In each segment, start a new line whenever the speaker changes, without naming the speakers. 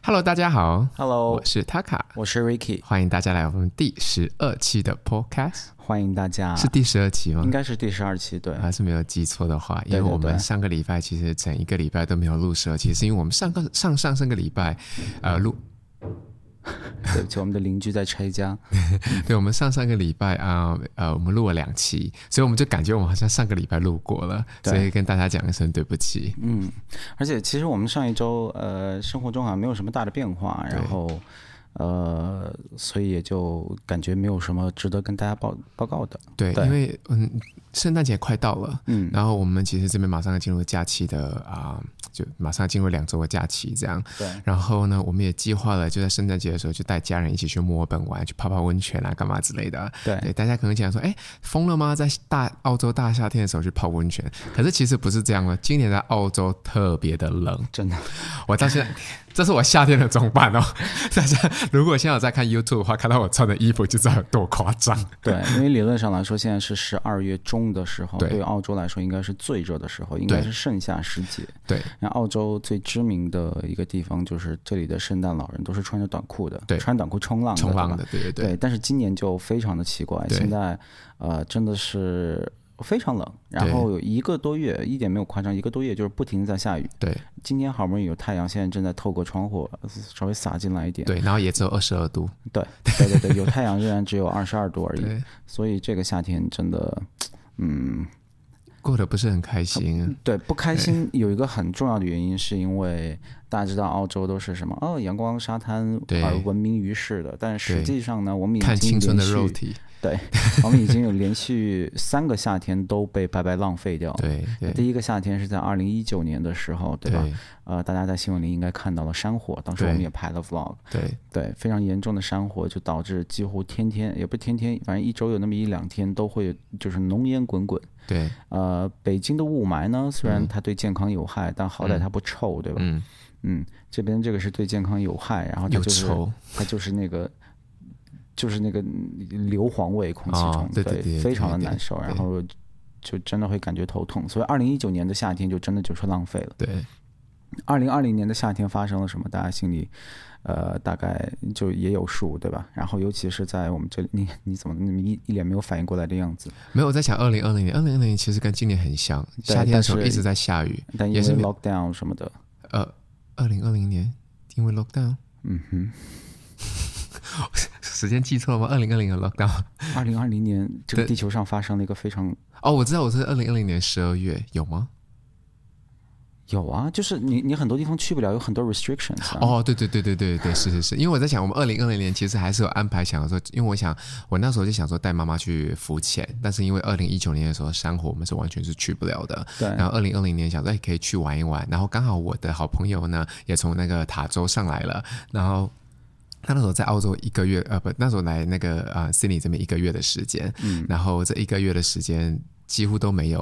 Hello，大家好
Hello，
我是 Taka，
我是 Ricky，
欢迎大家来我们第十二期的 Podcast，、
欢迎大家。
是哎第十二期吗
啊应？该是第十二期，对，
还是没有记错的话，因为
对对
我们
对
上个礼拜其实整一个礼拜都没有录十二期，是因为我们上个上上上个礼拜，呃，录
对不起，我们的邻居在拆家。
对，我们上上个礼拜啊、呃，我们录了两期，所以我们就感觉我们好像上个礼拜录过了，
对
所以跟大家讲一声对不起。
嗯，而且其实我们上一周呃生活中好像没有什么大的变化，然后呃，所以也就感觉没有什么值得跟大家报报 告的。
对，
对
因为嗯，圣诞节快到了，
嗯，
然后我们其实这边马上要进入假期的啊、就马上进入两周的假期这样。
对
然后呢，我们也计划了，就在圣诞节的时候，就带家人一起去墨尔本玩，去泡泡温泉啊，干嘛之类的。
对
对，大家可能讲说，哎，疯了吗？在大澳洲大夏天的时候去泡温泉，可是其实不是这样的。今年在澳洲特别的冷，
真的，
我到现在，这是我夏天的装扮哦。大家如果现在有在看 YouTube 的话，看到我穿的衣服就知道有多夸张。
对，因为理论上来说，现在是十二月中的时候，
对
对于澳洲来说应该是最热的时候，应该
对
是盛夏时节。
对
那澳洲最知名的一个地方就是这里的圣诞老人都是穿着短裤的，
对
穿短裤冲浪的，
冲
对吧
浪的，对对对。
对，但是今年就非常的奇怪，
对
现在呃真的是非常冷，然
对
后有一个多月，一点没有夸张，一个多月就是不停的在下雨。
对
今天好不容易有太阳，现在正在透过窗户呃稍微洒进来一点。
对，然后也只有二十二度，
对对对对，有太阳仍然只有二十二度而已，
对，
所以这个夏天真的。嗯，
过得不是很开心。
对，不开心有一个很重要的原因，是因为大家知道澳洲都是什么哦，阳光沙滩
对
而闻名于世的，但实
对
际上呢，我们已经
看青春的
连续
肉体，
对， 我们已经有连续三个夏天都被白白浪费掉。
对对
哦第一个夏天是在二零一九年的时候，对吧？
对
呃，大家在新闻里应该看到了山火，当时我们
对
也拍了 vlog，
对
对，非常严重的山火就导致几乎天天，也不是天天，反正一周有那么一两天都会就是浓烟滚滚。
对，
呃，北京的雾霾呢，虽然它对健康有害，但好歹它不臭，对吧？
嗯，
嗯，这边这个是对健康有害，然后它
又
就是
臭，
它就是那个，就是那个硫磺味空气
哦
中，
对对对对
非常的
对
难受，
对
然后就真的会感觉头痛。所以，二零一九年的夏天就真的就是浪费了。
对
二零二零年的夏天发生了什么，大家心里呃大概就也有数，对吧？然后，尤其是在我们这里，你你怎么那么一一脸没有反应过来的样子？
没有我在想二零二零年，二零二零年其实跟今年很像，
对
夏天的时候
但
一
是
直在下雨。
但因
也
为
是没
lockdown 什么的，
呃，二零二零年因为 lockdown，
嗯哼，
时间记错了吗？二零二零的 lockdown。
二零二零年这个
对
地球上发生了一个非常
哦，我知道，我是二零二零年十二月有吗？
有啊，就是你你很多地方去不了，有很多 restrictions 啊。
哦，对对对对对对，是是是，因为我在想，我们二零二零年其实还是有安排，想说，因为我想我那时候就想说带妈妈去浮潜，但是因为二零一九年的时候山火，我们是完全是去不了的。
对
然后二零二零年想说，哎，可以去玩一玩。然后刚好我的好朋友呢，也从那个塔州上来了，然后。他那时候在澳洲一个月，呃，不，那时候来那个呃悉尼这边一个月的时间，然后这一个月的时间几乎都没有，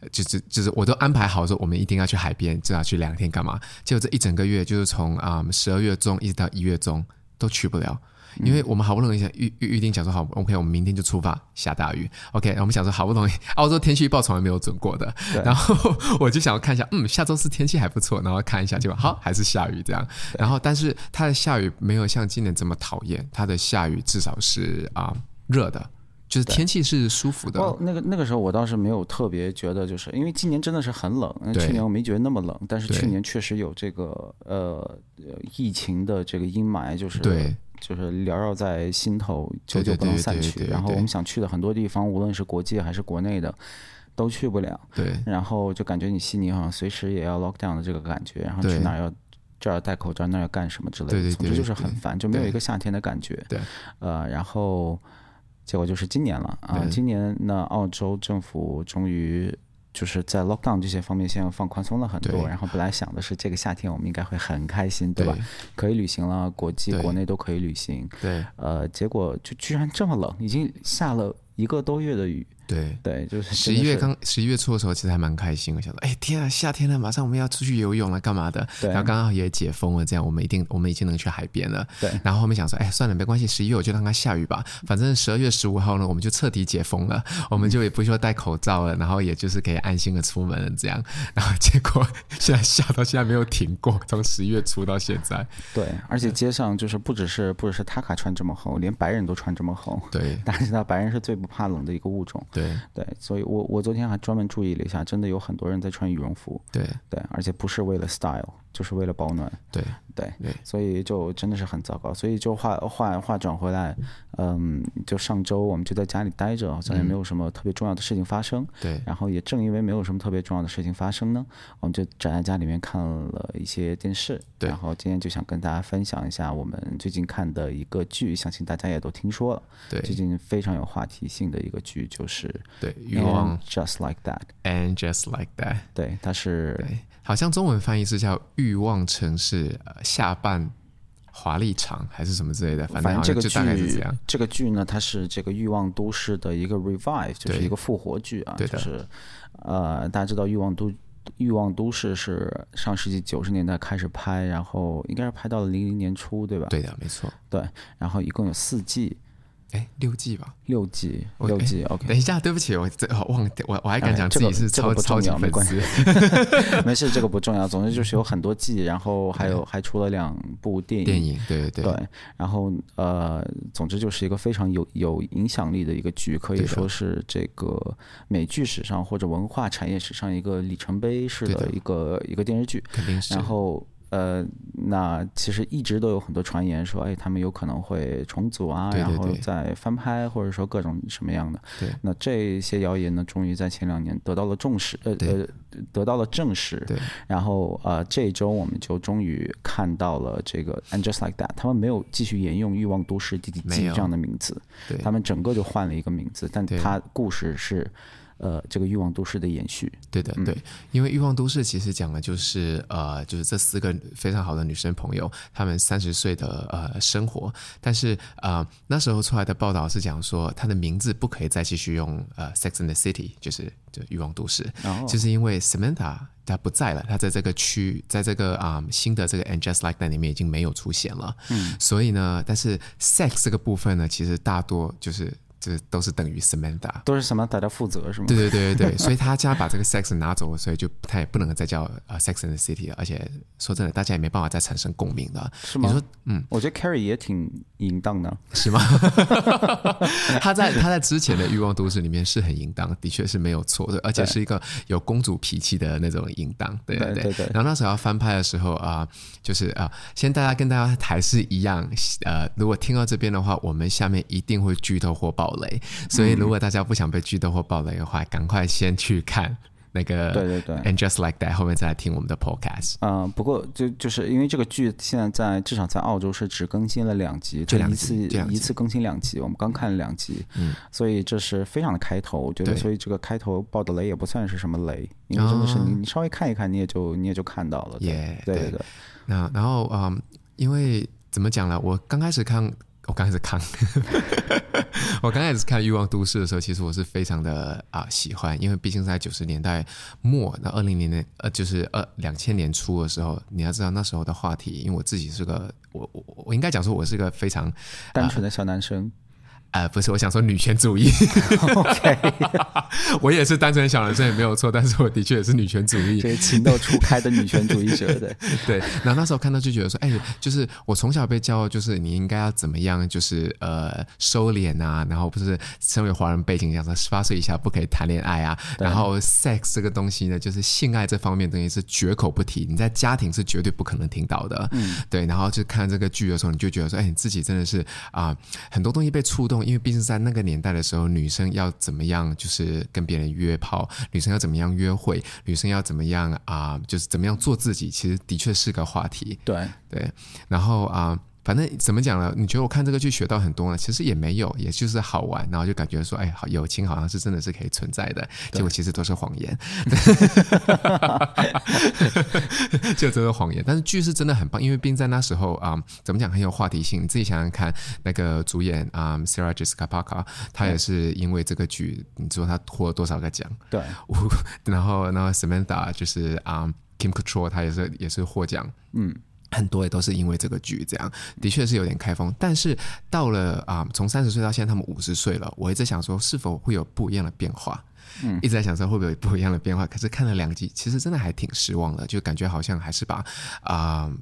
呃就是就是我都安排好说我们一定要去海边，就要去两天干嘛，结果这一整个月就是从啊十二月中一直到一月中都去不了。因
嗯
为我们好不容易想预预预定讲说好，OK，我们明天就出发，下大雨，OK，我们想说好不容易， 澳洲天气预报从来没有准过的，
对
然后我就想要看一下，嗯，下周四天气还不错，然后看一下，结果好还是下雨这样，然后但是它的下雨没有像今年这么讨厌，它的下雨至少是啊、热的，就是天气是舒服的，
哦，那个那个时候我倒是没有特别觉得，就是因为今年真的是很冷，呃
对
去年我没觉得那么冷，但是
对
去年确实有这个呃呃疫情的这个阴霾，就是
对
就是缭绕在心头，久
对对
久不能
对
散
对
去
对。
然后
对
我们想去的很多地方，无论是国际还是国内的，都去不了。
对
然后就感觉你悉尼好像随时也要 lock down 的这个感觉，然后
对
去哪儿要这儿要戴口罩，那儿要干什么之类的，
对对
总
对
之就是很
对
烦，就没有
对
一个夏天的感觉。
对，
呃，然后结果就是今年了啊
对，
今年呢，澳洲政府终于。就是在 lockdown 这些方面，现在放宽松了很
对
多。然后本来想的是，这个夏天我们应该会很开心，对
对
吧？可以旅行了，国际、
对
国内都可以旅行。
对
呃，结果就居然这么冷，已经下了一个多月的雨，
对
对，就是
十
真
一
的
月
是
刚十一月初的时候，其实还蛮开心的，想说，哎、天啊，夏天了，马上我们要出去游泳了，干嘛的？
对
然后刚好也解封了，这样我们一定我们已经能去海边了。
对
然后后面想说，哎、算了，没关系，十一月我就让它下雨吧，反正十二月十五号呢，我们就彻底解封了，我们就也不需要戴口罩了，然后也就是可以安心的出门了，这样。然后结果现在下到现在没有停过，从十一月初到现在。
对，而且街上就是不只是不只是塔卡穿这么厚，连白人都穿这么厚。
对
大家知道白人是最不怕冷的一个物种，
对
对，所以我我昨天还专门注意了一下，真的有很多人在穿羽绒服，
对
对，而且不是为了 style，就是为了保暖，
对
对
对，
所以就真的是很糟糕。所以就话话话转回来，嗯，就上周我们就在家里待着，好像也没有什么特别重要的事情发生。
对
然后也正因为没有什么特别重要的事情发生呢，我们就宅在家里面看了一些电视。
对
然后今天就想跟大家分享一下我们最近看的一个剧，相信大家也都听说了。最
对
近非常有话题性的一个剧就是《
对，欲望
Just Like That》。
and just like that。
对，它是
对，哎好像中文翻译是叫“欲望城市、呃下半华丽场”还是什么之类的，反正
正
好
这
像
个
就大
剧啊
概是这样。
这个剧呢，它是这个《欲望都市》的一个 revive，就是
对
一个复活剧啊，
对
就
的
是呃，大家知道《欲望都》《欲望都市》是上世纪九十年代开始拍，然后应该是拍到了零零年初，对吧？
对的，没错。
对，然后一共有四季，
哎，六季吧。
六季，
我
六
哎
季，OK，哎
等一下， 对不起，我这我忘掉，我我还敢讲自己是
这
超、
个这个不
超级
重要没
粉
关
丝。
没事，这个不重要。总之就是有很多季，然后还有还出了两部电影。
电影，对对
对，然后呃，总之就是一个非常有有影响力的一个剧，可以
对的
说是这个美剧史上或者文化产业史上一个里程碑式
对
的一个一个电视剧。
肯定是
然。后呃，那其实一直都有很多传言说，哎，他们有可能会重组啊，
对对
然后
对
再翻拍，或者说各种什么样的。
对
那这些谣言呢，终于在前两年得到了重视，呃
对
呃，得到了证实。
对
然后呃，这一周我们就终于看到了这个《And Just Like That》，他们没有继续沿用《欲望都市》第几
没
季
有
这样的名字，
对
他们整个就换了一个名字，但
对
它故事是呃这个《欲望都市》的延续。
对的，对，因为《欲望都市》其实讲的就是呃，就是这四个非常好的女生朋友，她们三十岁的呃生活，但是呃那时候出来的报道是讲说，她的名字不可以再继续用呃《Sex and the City》，就是就《欲望都市》
哦
就是因为 Samantha 她不在了，她在这个区，在这个啊、新的这个 And Just Like That 里面已经没有出现了，嗯，所以呢，但是 sex 这个部分呢，其实大多就是就是都是等于 Samantha，
都是什么？大家负责是吗？
对对对对对， 所以他家把这个 sex 拿走，所以就他也不能再叫呃 sex and the city 了。而且说真的，大家也没办法再产生共鸣了。
是吗？
你说，
嗯，我觉得 Carrie 也挺淫荡的。
是吗？他在他在之前的《欲望都市》里面是很淫荡，的确是没有错的，而且是一个有公主脾气的那种淫荡。对
对
对
对对
然后那时候要翻拍的时候啊、就是啊、先大家跟大家还是一样，呃，如果听到这边的话，我们下面一定会剧透或暴雷，所
嗯
以如果大家不想被剧透或暴雷的话，赶快先去看那个
对对对
a n d Just Like That，后面再来听我们的 Podcast。
嗯、不过就就是因为这个剧现在在至少在澳洲是只更新了两集，
就
它
两
一次
集就两集
一次更新两集，我们刚看了两集，嗯，所以这是非常的开头，我觉得，
对
所以这个开头爆的雷也不算是什么雷，因为真的是你你稍微看一看，你也就你也就看到了，对
耶
对
啊对啊
对对，
那然后嗯，因为怎么讲呢？我刚开始看，我刚开始看， 我刚开始看《欲望都市》的时候，其实我是非常的啊、喜欢，因为毕竟是在九十年代末，那二零零年呃就是二两千年初的时候，你要知道那时候的话题，因为我自己是个我我我我应该讲说我是个非常
单纯的小男生，
呃不是我想说女权主义 ，我也是单纯小男生也没有错，但是我的 确也是女权主义，
这个情窦初开的女权主义者，对，
对，然后那时候看到就觉得说，哎、就是我从小被教，就是你应该要怎么样，就是呃收敛啊，然后不是身为华人背景讲说十八岁以下不可以谈恋爱啊，然后 sex 这个东西呢，就是性爱这方面的东西是绝口不提，你在家庭是绝对不可能听到的，嗯，对，然后就看这个剧的时候，你就觉得说，哎、你自己真的是啊、很多东西被触动，因为毕竟在那个年代的时候，女生要怎么样就是跟别人约炮，女生要怎么样约会，女生要怎么 样啊、就是怎么样做自己，其实的确是个话题。
对，
对，然后啊、反正怎么讲呢？你觉得我看这个剧学到很多呢？其实也没有，也就是好玩，然后就感觉说，哎，好友情好像是真的是可以存在的，结果其实都是谎言， 就都是谎言。但是剧是真的很棒，因为毕竟在那时候啊、嗯，怎么讲很有话题性。你自己想想看，那个主演啊、嗯、，Sarah Jessica Parker，她也是因为这个剧，你知道她获了多少个奖？
对，
然后然后 Samantha 就是啊、嗯、，Kim Cattrall，她也是也是获奖，
嗯。
很多也都是因为这个剧，这样的确是有点开封。但是到了啊、嗯，从三十岁到现在，他们五十岁了，我一直想说是否会有不一样的变化，嗯，一直在想说会不会有不一样的变化。可是看了两集，其实真的还挺失望的，就感觉好像还是把啊、呃，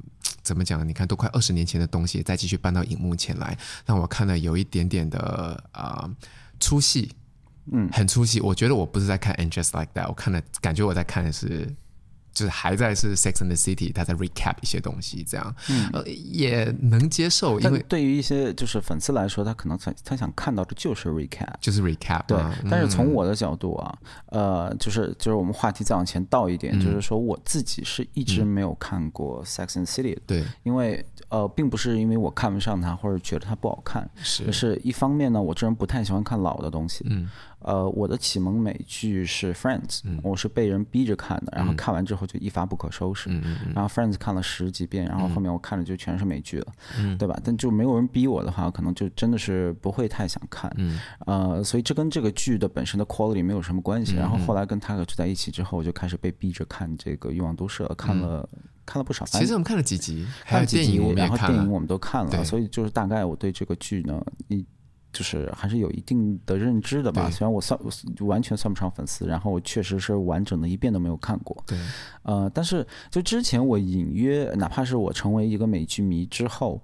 怎么讲？你看，都快二十年前的东西再继续搬到荧幕前来，让我看了有一点点的啊、呃、出戏，
嗯，
很出戏。我觉得我不是在看《And Just Like That》，我看了，感觉我在看的是。就是还在是《Sex and the City》，他在 recap 一些东西，这样，嗯、呃，也能接受，因为
对于一些就是粉丝来说，他可能他他想看到的就是 recap，
就是 recap，
对。嗯、但是从我的角度啊，呃，就是就是我们话题再往前倒一点，嗯、就是说我自己是一直没有看过《Sex and City》的，
对，
因为呃，并不是因为我看不上它或者觉得它不好看，
是
是一方面呢，我这人不太喜欢看老的东西，
嗯。
呃，我的启蒙美剧是《Friends、
嗯》，
我是被人逼着看的，然后看完之后就一发不可收拾。
嗯嗯、
然后《Friends》看了十几遍，然后后面我看的就全是美剧了，对吧？
嗯、
但就没有人逼我的话，可能就真的是不会太想看。
嗯
呃，所以这跟这个剧的本身的 quality 没有什么关
嗯
系。然后后来跟 Tiger 住在一起之后，我就开始被逼着看这个《欲望都市》，看了。看了不少，
嗯其实我们看了几集，
还
有电影我们也看了，
电影我们都看了，所以就是大概我对这个剧呢，你。就是还是有一定的认知的吧，虽然我算完全算不上粉丝，然后我确实是完整的一遍都没有看过。
对，
呃，但是就之前我隐约，哪怕是我成为一个美剧迷之后，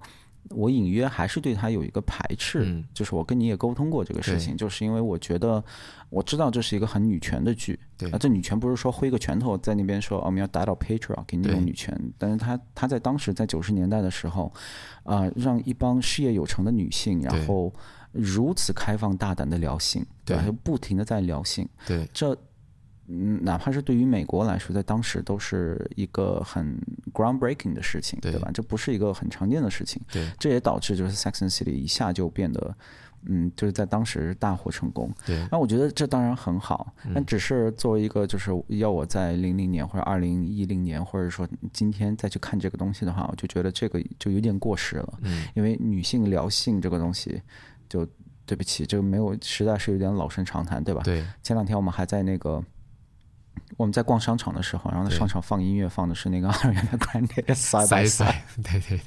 我隐约还是对它有一个排斥。
嗯，
就是我跟你也沟通过这个事情，就是因为我觉得我知道这是一个很女权的剧。
对，
啊，这女权不是说挥个拳头在那边说、哦、我们要打倒 patriarchy 那种女权，但是她她在当时在九十年代的时候，啊、呃，让一帮事业有成的女性，然后。如此开放大胆的聊性，
对
吧？就不停的在聊性，
对
这，嗯，哪怕是对于美国来说，在当时都是一个很 groundbreaking 的事情，
对,
对吧？这不是一个很常见的事情，
对，
这也导致就是 Sex and City 一下就变得，嗯，就是在当时大获成功。
对，嗯
那我觉得这当然很好，但只是作为一个就是要我在零零年或者二零一零年，或者说今天再去看这个东西的话，我就觉得这个就有点过时了，
嗯，
因为女性聊性这个东西。就对不起，这个没有，实在是有点老生常谈，对吧？
对。
前两天我们还在那个我们在逛商场的时候，然后在商场放音乐，放的是那个二元 的 Grande Side by Side，
啊对对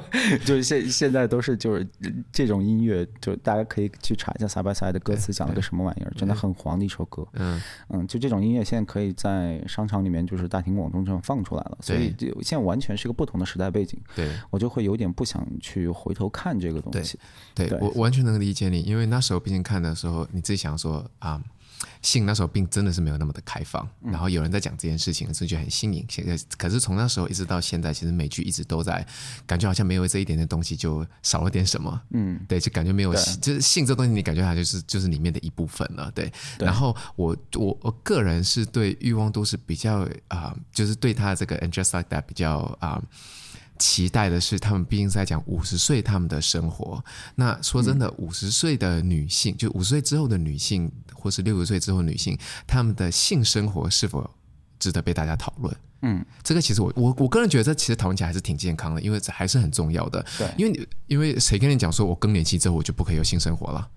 对，就是现现在都是就是这种音乐，就大家可以去查一下 Side by Side 的歌词讲了个什么玩意儿，真的很黄的一首歌。
嗯
嗯，就这种音乐现在可以在商场里面就是大庭广众这样放出来了，所以现在完全是一个不同的时代背景。
对，
我就会有点不想去回头看这个东西。
对我完全能理解你，因为那时候毕竟看的时候，你自己想说啊。性那时候并真的是没有那么的开放，然后有人在讲这件事情，所以就很新颖。现在可是从那时候一直到现在，其实美剧一直都在，感觉好像没有这一点点东西就少了点什么。
嗯，
对，就感觉没有，就是性这东西，你感觉它就是就是里面的一部分了。对，
对
然后我我我个人是对欲望都是比较啊、呃，就是对他这个 and just like that 比较啊。呃期待的是，他们毕竟在讲五十岁他们的生活。那说真
嗯
的，五十岁的女性，就五十岁之后的女性，或是六十岁之后女性，她们的性生活是否值得被大家讨论？
嗯，
这个其实我我我个人觉得，这其实讨论起来还是挺健康的，因为还是很重要的。
对，
因为因为谁跟你讲说我更年期之后我就不可以有性生活了？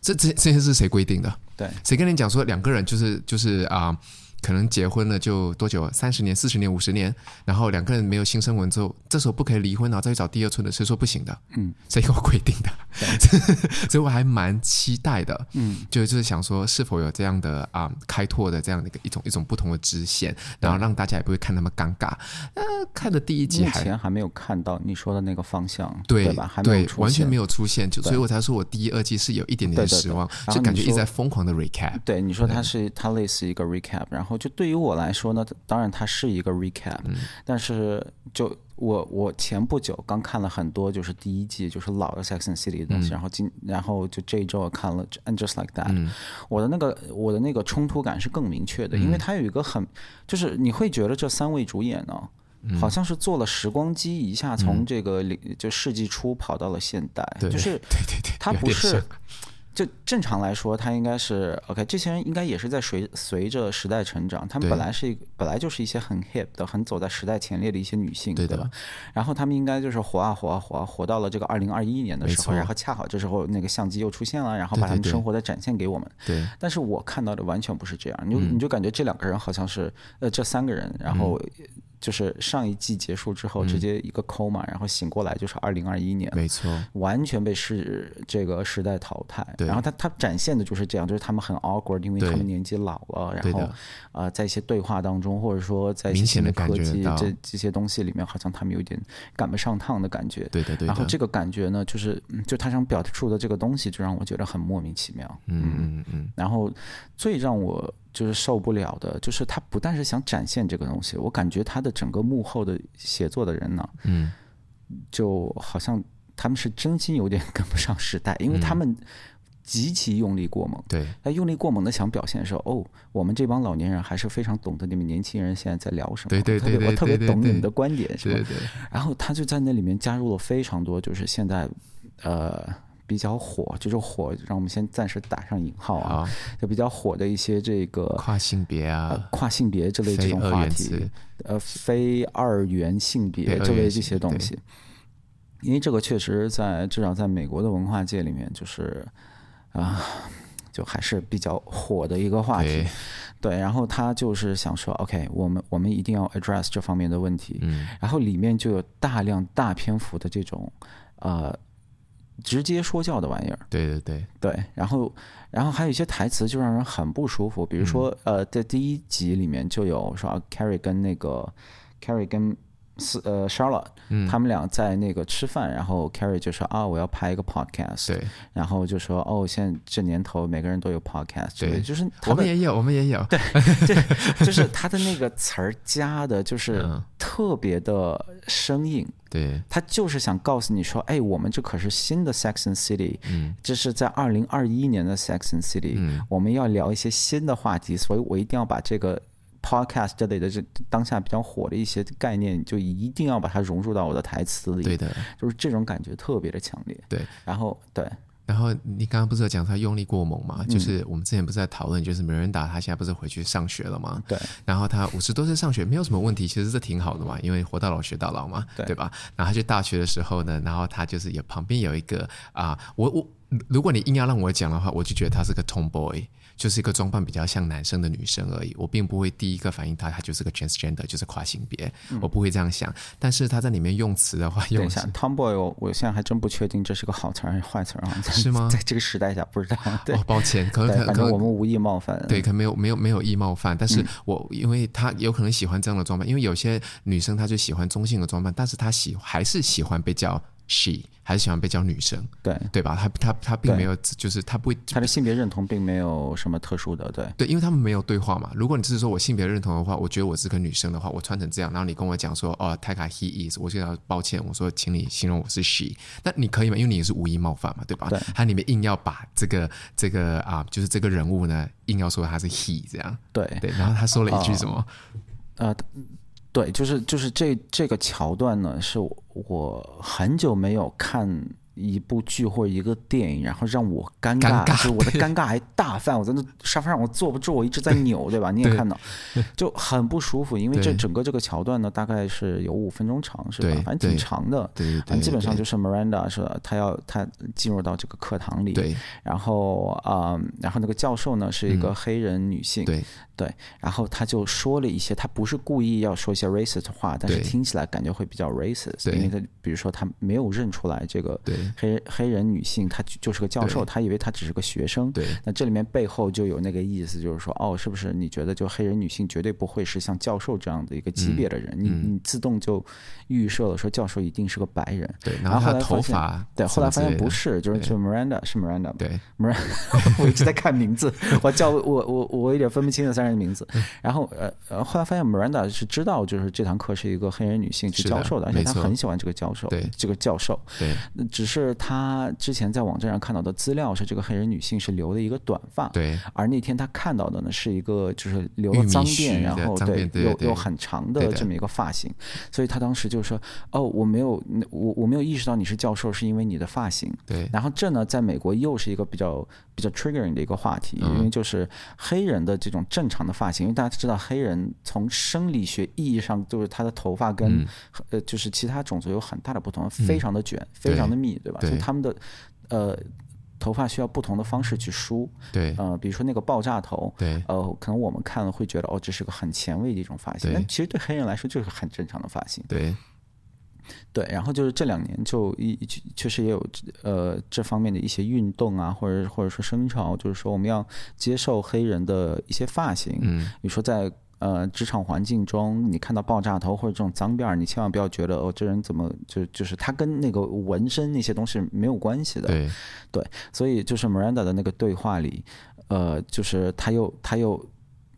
这这这些是谁规定的？
对，
谁跟你讲说两个人就是就是啊？呃可能结婚了就多久？三十年、四十年、五十年，然后两个人没有性生活之后，这时候不可以离婚，然后再去找第二春的，谁说不行的？
嗯，
谁给我规定的？ 所以我还蛮期待的。
嗯，
就就是想说，是否有这样的啊、嗯、开拓的这样的一个一种一种不同的支线，然后让大家也不会看那么尴尬。呃，看的第一集
目前还没有看到你说的那个方向，
对
对吧？还没有出现，
完全没有出现，就所以我才说我第一、二季是有一点点失望，
对对对
就感觉一直在疯狂的 recap。嗯
对，你说它是它类似一个 recap，然后。然后，就对于我来说呢，当然它是一个 recap，、
嗯、
但是就我我前不久刚看了很多，就是第一季就是老的 Sex and City 的东西，
嗯、
然后今然后就这一周我看了 And Just Like That，、
嗯、
我的那个我的那个冲突感是更明确的，因为它有一个很就是你会觉得这三位主演呢、哦。
嗯
好像是坐了时光机一下，从这个零就世纪初跑到了现代，
对
就是
对对对，
它
有
不
点
是
像
就正常来说，他应该是 OK，这些人应该也是在随随着时代成长，他们
对
本来是一个本来就是一些很 hip 的、很走在时代前列的一些女性，
对
对
的
吧？然后他们应该就是活啊活啊活啊，活到了这个二零二一年的
没
时候，
错
然后恰好这时候那个相机又出现了，然后
对
把他
对
们
对
生活的展现给我们。
对嗯
但是我看到的完全不是这样，你就你就感觉这两个人好像是呃这三个人，然后
嗯
就是上一季结束之后直接一个 coma，然后醒过来就是二零二一年，
没错，
完全被时这个时代淘汰。
对
然后他他展现的就是这样，就是他们很 awkward，因为
对
他们年纪老了，然
对的
后呃，在一些对话当中，或者说在一些
明显
新
地
的科
感觉
技
到
这这些东西里面，好像他们有点赶不上趟的感觉。
对的对的。
然后这个感觉呢，就是嗯就他想表述的这个东西，就让我觉得很莫名其妙。
嗯嗯嗯，
然后最让我就是受不了的，就是他不但是想展现这个东西，我感觉他的整个幕后的写作的人呢，
嗯，
就好像他们是真心有点 跟不上时代，因为
嗯
他们极其用力过猛。
对
他用力过猛的想表现说，哦，我们这帮老年人还是非常懂得你们年轻人现在在聊什么，
对对对
我特别
对对
我特别懂你
对
们的观点，是吧
对？对，
然后他就在那里面加入了非常多，就是现在，呃，比较火，就是火，让我们先暂时打上引号啊，
好，
就比较火的一些这个
跨性别
呃
啊，
跨性别这类这
非
种
二
话
元
题
词，，
呃，非二元性
非二
别这类
元
这
性
些东西，因为这个确实在至少在美国的文化界里面，就是啊。就还是比较火的一个话题
对，，
对。然后他就是想说，OK，我们我们一定要 address 这方面的问题，
嗯，
然后里面就有大量大篇幅的这种，呃，直接说教的玩意儿。
对对对，
对，然后，然后还有一些台词就让人很不舒服，比如说，
嗯
呃，在第一集里面就有说啊 Carrie 跟那个 Carrie 跟斯呃 Charlotte，、他
嗯
们俩在那个吃饭，然后 Carrie 就说啊，我要拍一个 podcast，
对，
然后就说哦，现在这年头每个人都有 podcast，之类的
对
就是他
我们
们
也有，我们也有，对，
就是他的那个词儿加的，就是
嗯
特别的生硬。
对
他就是想告诉你说，哎，我们这可是新的 Sex and City，、这
嗯
是在二零二一年的 Sex and City，、我们要聊一些新的话题，所以我一定要把这个 podcast 这类的这当下比较火的一些概念，就一定要把它融入到我的台词里，
对的，
就是这种感觉特别的强烈。
对。
然后对，
然后你刚刚不是有讲他用力过猛嘛？
嗯
就是我们之前不是在讨论，就是美人达他现在不是回去上学了吗？
对。
然后他五十多岁上学没有什么问题，其实这挺好的嘛，因为活到老学到老嘛，
嗯对
吧？然后他去大学的时候呢，然后他就是有旁边有一个啊、我我如果你硬要让我讲的话，我就觉得他是个 tomboy。就是一个装扮比较像男生的女生而已，我并不会第一个反应他，他就是个 transgender，就是跨性别，
嗯
我不会这样想。但是他在里面用词的话，
等
用
一下，Tomboy，我我现在还真不确定这是个好词儿还是坏词儿啊，
是吗
在这个时代下不知道。对
哦，抱歉，可能
对
可，能
反
可
正
能
我们无意冒犯。
对，可能没有没有没有意冒犯，但是
嗯
我、因为她有可能喜欢这样的装扮，因为有些女生她就喜欢中性的装扮，但是她喜还是喜欢被叫 she，还是喜欢被叫女生，
对，
对吧？她她她并
对
没有，就是她不会。
他的性别认同并没有什么特殊的，对。
对，因为他们没有对话嘛。如果你只是说我性别认同的话，我觉得我是个女生的话，我穿成这样，然后你跟我讲说，哦，泰卡 he is，我就要抱歉，我说请你形容我是 she，那你可以吗？因为你也是无意冒犯嘛，对吧？
对
它里面硬要把这个这个啊，就是这个人物呢，硬要说他是 he 这样，
对，
对。然后他说了一
哦
句什么？
呃，对，就是就是这这个桥段呢，是我我很久没有看一部剧或者一个电影，然后让我尴
尴尬
尬，就是我的尴尬还大犯，我在那沙发上我坐不住，我一直在扭， 对吧？你也看到，就很不舒服，因为这
对
整个这个桥段呢，大概是有五分钟长，是吧
对？
反正挺
对
长的。
对对
反
对，
啊正基本上
对
就是 Miranda 是她要她进入到这个课堂里，
对嗯
然后啊、嗯然后那个教授呢是一个黑人女性，
对
然后他就说了一些，他不是故意要说一些 racist 话，但是
对
听起来感觉会比较 racist，
对
因为他比如说他没有认出来这个
对
黑黑人女性，她就就是个教
对
授，他以为她只是个学生。
对
那这里面背后就有那个意思，就是说，哦，是不是你觉得就黑人女性绝对不会是像教授这样的一个
嗯
级别的人？你你自动就预设了说教授一定是个白人，
对，
然
然
后
后他
来
的
发
头
现
发
对，后来发现不
是，
是，就是
对
就 Miranda 是 Miranda 吧
对
Miranda，我一直在看名字，我叫我我我有点分不清了，但人名字。然后呃呃，后来发现 Miranda 是知道，就是这堂课是一个黑人女性去
是的
教授的，而且
没
她
错
很喜欢这个教授，
对
这个教授。
对，
只是她之前在网站上看到的资料是这个黑人女性是留的一个短发，
对，
而那天他看到的呢是一个就是留
玉
了
米
脏
须
辫，
的
然后
脏辫对
有
对
有很长
对
的
的
这么一个发型，所以他当时就说：“哦，我没有，我我没有意识到你是教授，是因为你的发型。”
对，
然后这呢，在美国又是一个比较比较 triggering 的一个话题，
嗯
因为就是黑人的这种正常的发型，因为大家知道黑人从生理学意义上就是他的头发跟、
嗯
呃就是其他种族有很大的不同，非常的卷，非常的密，对吧？
对
所以他们的呃头发需要不同的方式去梳，
对，
呃，比如说那个爆炸头。
对，
呃，可能我们看了会觉得哦，这是个很前卫的一种发型，
对
但其实对黑人来说就是很正常的发型。
对，
对，然后就是这两年就一确确实也有呃这方面的一些运动啊，或者或者说声潮，就是说我们要接受黑人的一些发型。
嗯，
你说在呃职场环境中，你看到爆炸头或者这种脏辫儿，你千万不要觉得哦，这人怎么就就是他跟那个纹身那些东西没有关系的。
对，
所以就是 Miranda 的那个对话里，呃，就是他又他又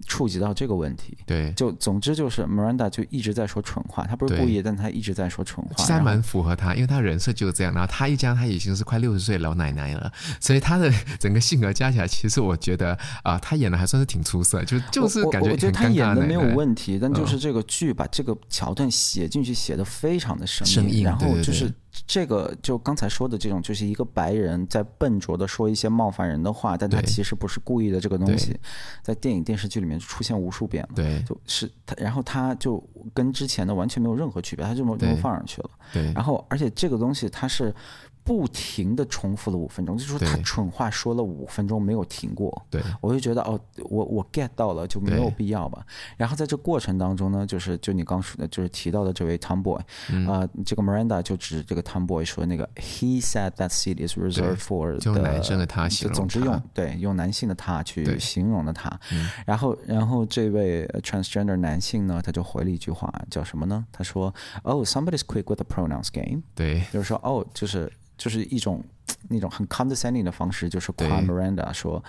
触及到这个问题。
对，
就总之就是 Miranda 就一直在说蠢话，他不是
对
故意，但他一直在说蠢话。
其实还
然后
蛮符合他，因为他人设就是这样。然后他一加，他已经是快六十岁的老奶奶了，所以他的 整个性格加起来，其实我觉得啊、他演的还算是挺出色，就就
我
是
我
感觉
我觉得
很
他
尴尬
演
的
的没有
奶奶
问题，
嗯
但就是这个剧把这个桥段写进去，写的非常的生
生硬
然
对
后
对
就是
对
这个就刚才说的这种，就是一个白人在笨拙的说一些冒犯人的话，但他
对
其实不是故意的这个东
对
西，在电影电视剧里面就出现无数遍了。
对
就是他，然后他就跟之前的完全没有任何区别，他就这么这
对
么放上去了。
对
然后，而且这个东西它是不停的重复了五分钟，就是说他
对
蠢话说了五分钟没有停过。
对
我就觉得哦，我我 get 到了，就没有
对
必要吧。然后在这过程当中呢，就是就你刚说的，就是提到的这位 Tomboy，啊、
嗯
这个 Miranda 就指这个 Tomboy 说那个 He said that seat is reserved for
就
the-
男生的他形
就
容
总之
他
用对用男性的他去
对
形容了他。
嗯
然后然后这位呃 transgender 男性呢，他就回了一句话，叫什么呢？他说，Oh, somebody's quick with the pronouns game。
对
就是说哦，就是就是一种那种很 condescending 的方式，就是夸
对
Miranda 说，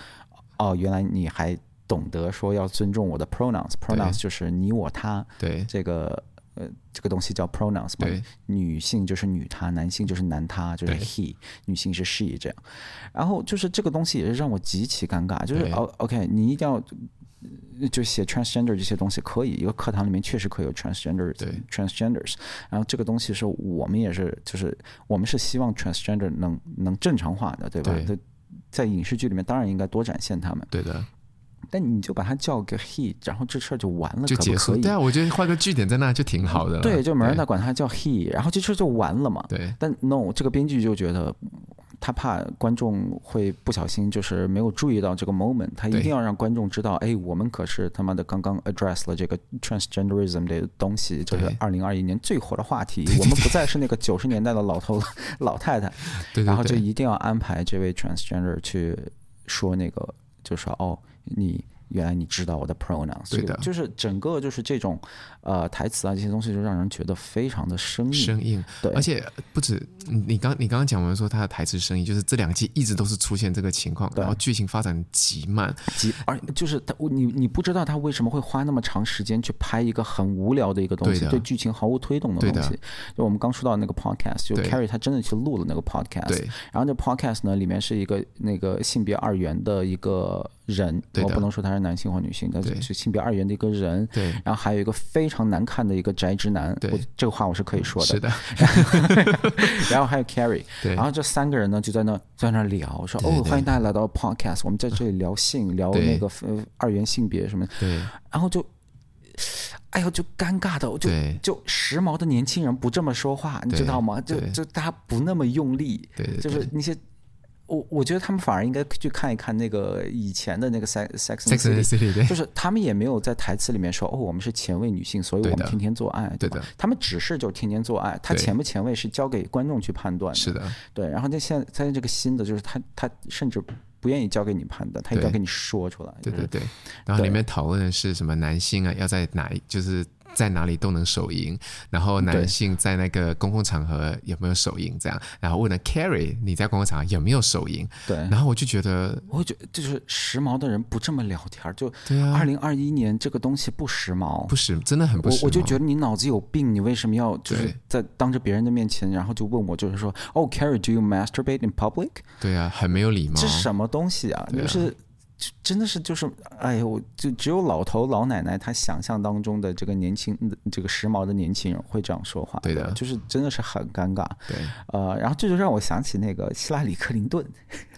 哦，原来你还懂得说要尊重我的 pronouns，pronouns 就是你我他
对
这个。呃，这个东西叫 pronouns 嘛
对，
女性就是女她，男性就是男他，就是
对
he，女性是 she 这样。然后就是这个东西也是让我极其尴尬，就是
对
哦，OK，你一定要呃就写 transgender 这些东西可以，一个课堂里面确实可以有 transgender
对
transgenders，然后这个东西是我们也是就是我们是希望 transgender 能能正常化的，对吧？
对
在在影视剧里面当然应该多展现他们，
对的，
但你就把它叫个 he，然后这事儿就完了，
就
可不
结
可
束。
以？
对啊，我觉得画个句点在那就挺好的了。
对，就没人再管它叫 he，然后这事儿就完了嘛。
对
但 no，这个编剧就觉得他怕观众会不小心就是没有注意到这个 moment，他一
对
定要让观众知道，哎，我们可是他妈的刚刚 address 了这个 transgenderism 这个东西，就是
对
二零二一年最火的话题，我们不再是那个九十年代的老头 老太太，
对对
然后就
对，
一定要安排这位 transgender 去说那个，就说哦，你原来你知道我的 pronouns，
对的
这个就是整个就是这种呃台词啊这些东西，就让人觉得非常的生硬，
生硬，
嗯对，
而且不止嗯你刚你刚刚讲完说他的台词生硬，就是这两季一直都是出现这个情况，然后剧情发展极慢，
急，而就是他，我你你不知道他为什么会花那么长时间去拍一个很无聊的一个东西，
对的
对剧情毫无推动
对
的
的
东西。就我们刚说到那个 podcast，就
对
Carrie 他真的去录了那个 podcast，
对
然后这 podcast 呢里面是一个那个性别二元的一个人，
对的
我不能说他是男性或女性，但
对
是是性别二元的一个人。
对
然后还有一个非常难看的一个宅直男，
对
我这个话我是可以说
是
的。
的，
然后还有 Carrie，
对
然后这三个人呢就在那在那聊，说
对
哦，
对
欢迎大家来到 Podcast，我们在这里聊性，聊
对
那个呃二元性别什么的，
对
然后就，哎呦，就尴尬的，我就
对
就时髦的年轻人不这么说话，你
对
知道吗？就
对
就大家不那么用力，
对对
就是那些。我我觉得他们反而应该去看一看那个以前的那个 sex sex and the
，Sex and the
City，
City 对
就是他们也没有在台词里面说哦，我们是前卫女性，所以
对
我
的
们天天做爱，
对
吧
的？
他们只是就天天做爱，他
对
前不前卫是交给观众去判断的，
是的，
对。然后那现在现在这个新的就是他他甚至不愿意交给你判断，他一定要
对
给你说出来，
对
就是
对对，然后里面讨论的是什么男性啊，要在哪一，就是在哪里都能手淫，然后男性在那个公共场合有没有手淫这样，然后问了 Carrie 你在公共场合有没有手淫，
对，
然后我就觉得
我会觉得就是时髦的人不这么聊天儿，就
对啊
二零二一年这个东西不时髦。
不时真的很不
我
时髦，
我就觉得你脑子有病，你为什么要就是
对
在当着别人的面前，然后就问我，就是说，哦，Carrie，do you masturbate in public？
对啊，很没有礼貌
这，什么东西啊？
对啊
就是真的是就是，哎呦，就只有老头老奶奶他想象当中的这个年轻嗯这个时髦的年轻人会这样说话，
对的啊
就是真的是很尴尬。
对，
呃，然后这就让我想起那个希拉里·克 林顿，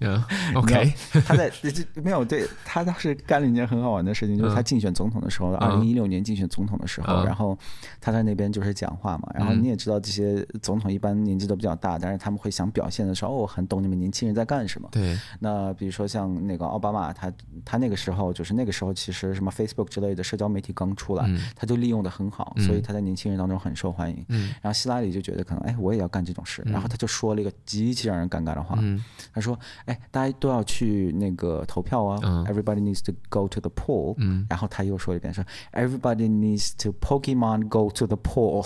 嗯
你
，OK，
知道他在这这没有对他当时干了一件很好玩的事情，就是他竞选总统的时候，二零一六年竞选总统的时候，
嗯
然后他在那边就是讲话嘛，然后你也知道这些总统一般年纪都比较大，但是他们会想表现的时候，哦，我很懂你们年轻人在干什么。
对，
那比如说像那个奥巴马，他他那个时候就是那个时候，其实什么 Facebook 之类的社交媒体刚出来，他就利用的很好，所以他在年轻人当中很受欢迎。然后希拉里就觉得可能哎，我也要干这种事，然后他就说了一个极其让人尴尬的话，他说哎，大家都要去那个投票啊、e
嗯
v e r y b o d y needs to go to the poll、然后他又说了一遍说 Everybody needs to Pokemon go to the poll，、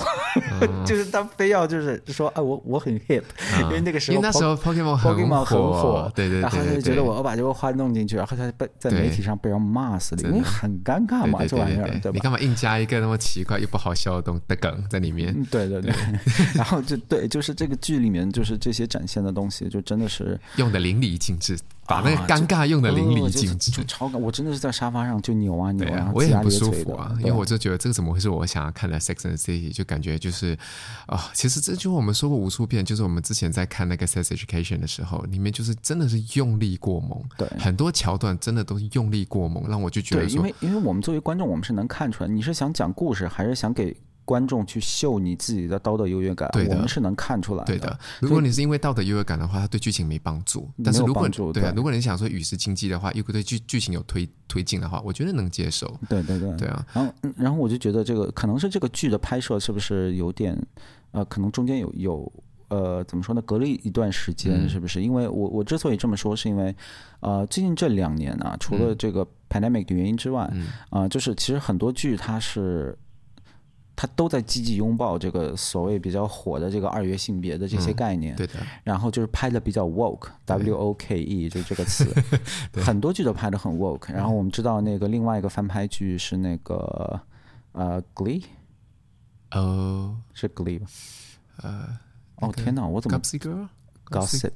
就是
嗯
他非要就是说哎，我我很 hip，、因为那个时
因
候
为那时候 Pokemon 很
Pokemon 很
火啊对对对
然后他就
对
觉得
对
我要把这个话弄进去，然后他被在
对
媒体上被人骂死了，因为很尴尬嘛，
对
这
对
玩意
对
儿，对
你
吧？
干嘛硬加一个那么奇怪又不好笑的东的梗在里面？
嗯，对对对，然后就对，就是这个剧里面，就是这些展现的东西，就真的是
用的淋漓尽致，把那个尴尬用的淋漓尽致。
哦就就超感，我真的是在沙发上就扭啊扭
对
然
啊，
后
我也
呲牙
很不
咧
舒
嘴
服
的
啊，因
对
为我就觉得这个怎么会是我想要看的《Sex and the City》？就感觉就是啊、其实这就是我们说过无数遍，就是我们之前在看那个《Sex Education》的时候，里面就是真的是用力过猛，
对
很多桥段真的都是用力过猛，让我就觉
对，
得
因
说，
为因为我们作为观众，我们是能看出来，你是想讲故事，还是想给观众去秀你自己的刀的优越感？
对
我
的
们是能看出来
对
的
的。如果你是因为道德优越感的话，它对剧情没帮助。但是
没有
如果
帮助
对啊，
对
如果你想说与时俱进的话，又对剧剧情有推推进的话，我觉得能接受。
对对对
对啊，
然后，嗯然后我就觉得这个可能是这个剧的拍摄是不是有点，呃，可能中间有有呃怎么说呢，隔了一段时间，是不是？因为我我之所以这么说，是因为呃最近这两年啊，除了这个 pandemic 的原因之外，啊、就是其实很多剧它是。它都在积极拥抱这个所谓比较火的这个二元性别的这些概念，
对的，
然后就是拍的比较 woke，W O K E 就这个词，很多剧都拍的很 woke。然后我们知道那个另外一个翻拍剧是那个呃 Glee
呃
是 Glee 吧？
呃
哦天哪，我怎么
，Gossip Girl。
gossip？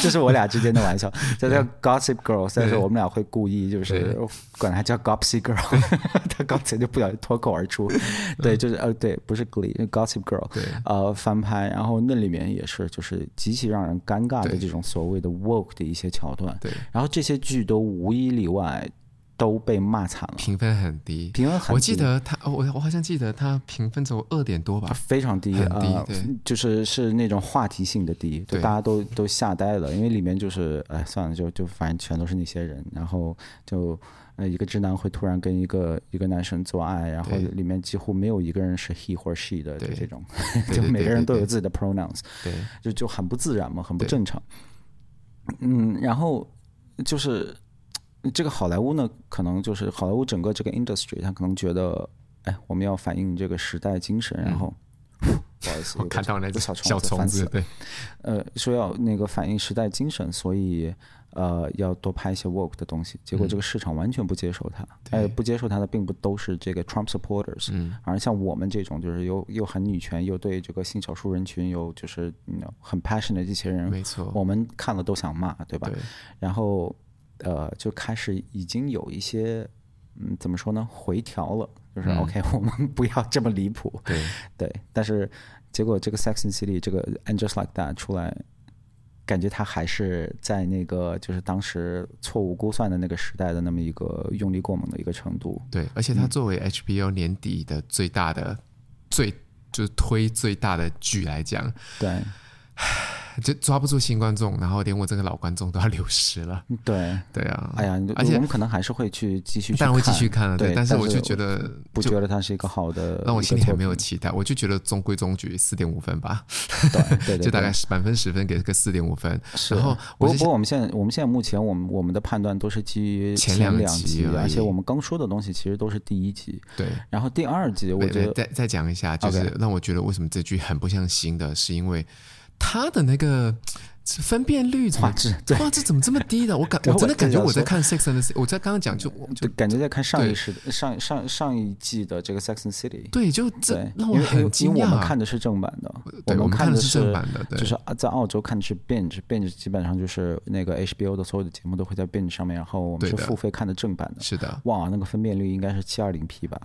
这是我俩之间的玩笑，这
嗯
叫 gossip girl，但是我们俩会故意就是 管它叫 gossip girl，他 刚才就不小心脱口而出。 对，就是呃对，不是 Glee，gossip girl。
嗯对，
呃翻拍，然后那里面也是就是极其让人尴尬的
对
这种所谓的 woke 的一些桥段，
对，
然后这些剧都无一例外都被骂惨了，
评分很低。
评分很低
我记得他，哦我我好像记得他评分只有二点多吧。
非常低，
很低
呃
对，
就是是那种话题性的低，就
对
大家都都吓呆了，因为里面就是哎算了，就就反正全都是那些人，然后就。呃，一个直男会突然跟一个一个男生做爱，然后
对
里面几乎没有一个人是 he 或者 she 的，就
对
这种，
对
就
对
每
对
个人
对
都有
对
自己的 pronouns。
对，
就就很不自然嘛，很不
对
正常。嗯，然后就是这个好莱坞呢，可能就是好莱坞整个这个 industry，他可能觉得，哎，我们要反映这个时代精神，然 后。不好意思，
嗯我
有个
看到那
有
个
个小
小
子
虫
烦死
子，
了。
对
呃，说要那个反映时代精神，所以呃要多拍一些 work 的东西。结果这个市场完全不接受它，
嗯对
哎，不接受它的并不都是这个 Trump supporters，
嗯，
而像我们这种就是又又很女权，又对这个性少数人群有就是嗯很 passion 的这些人，
没错，
我们看了都想骂，对吧？
嗯对
然后呃，就开始已经有一些嗯，怎么说呢，回调了，就是、
嗯
OK，我 们不要这么离谱，
对
对。但是结果这个《Sex and the City》这个《And Just Like That》出来，感觉它还是在那个就是当时错误估算的那个时代的那么一个用力过猛的一个程度。
对，而且它作为 HBO 年底的最大的最就是推最大的剧来讲，
对，
就抓不住新观众，然后连我这个老观众都要 流失了。
对，
对啊，
哎呀，你
而且
我们可能还是会去继续去
当
看，
然会继续看了，啊
对，
但
是
我就觉得
不
就
觉得它是一个好的一个作品，
让我心里还没有期待，我就觉得中规中矩，四点五分吧，
对对对，
就大
对
概是满分十分给个四点五分。
是
然后我
不过
就
不过我们现在我们现在目前我们我们的判断都是基于
前
两
两集
集，
而
而且
已
我们刚说的东西其实都是第一集，
对，
然后第二集我
对
觉
对，
得
再再讲一下，就
OK
是让我觉得为什么这剧很不像新的，是因为它的那个是分辨率怎么
画质对
哇，这怎么这么低的？我感
对
我真的
我正
感觉
想
我在
说
看 Sex and the City，我在刚刚讲就我就
就感觉在看上一
对
时上上上一季的这个《Sex and City》，
对，就这
对，
让
因
我
为因为
很惊
因为我们
讶
看。的是正版的，
对，我
们
们看
的
的是正版的，对
就，是啊在澳洲看的是 binge，binge 基本上就是那个 HBO 的所有的节目都会在 binge 上面，然后我们
对
是
的
付费看的正版的。
是的。
哇，那个分辨率应该是七二零 P 吧？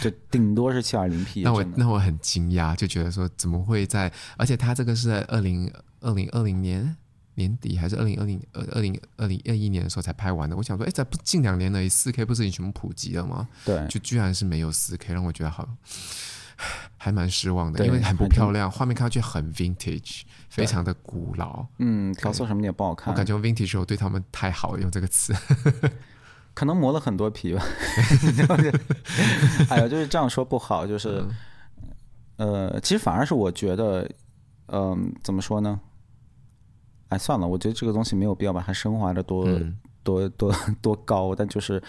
就顶多是七二零 P。
那我
真的
那我很惊讶，就觉得说怎么会在？而且他这个是在二零二零二零年年底还是二零二零二二零二零二一年的时候才拍完的。我想说，哎，在不近两年而已，四 K 不是已经全部普及了吗？
对
就居然是没有四 K，让我觉得好， 还蛮失望的，
对
因为很不
还真
漂亮，画面看上去很 vintage，非常的古老。
嗯，调色什么的也不好
我
看，
感觉 vintage 我对他们太好了，用这个词。
可能磨了很 多皮吧。 哎呀，就是这样说不好，就是，
嗯
呃，其实反而是我觉得，嗯、怎么说呢？哎，算了，我觉得这个东西没有必要把它升华的多、
嗯
多多多高，但就是，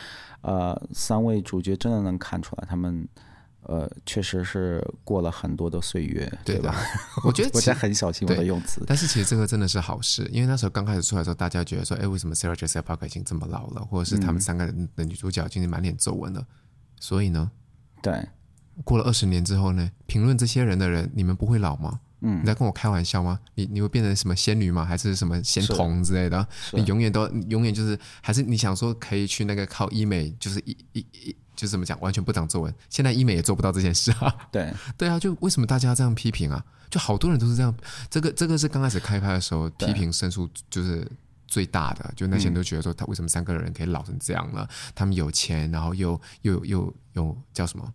呃，三位主角真的能看出来他们。呃，确实是过了很多的岁月，
对的
吧？
我觉得
我
其
在很小心我的用词，
但是其实这个真的是好事，因为那时候刚开始出来的时候，大家觉得说，哎，为什么 Sarah Jessica Parker 已经这么老了，或者是他们三个人的女主角今天满脸皱纹了？所以呢，
对，
过了二十年之后呢，评论这些人的人，你们不会老吗？嗯，你在跟我开玩笑吗？你你会变成什么仙女吗？还是什么仙童之类的？你永远都你永远就是，还是你想说可以去那个靠医美，就是一一一就是怎么讲，完全不长皱纹。现在医美也做不到这件事啊。
对，
对啊，就为什么大家这样批评啊？就好多人都是这样，这个这个是刚开始开拍的时候批评申诉就是最大的，啊就那些人都觉得说他为什么三个人可以老成这样了？他们有钱，然后又又又又叫什么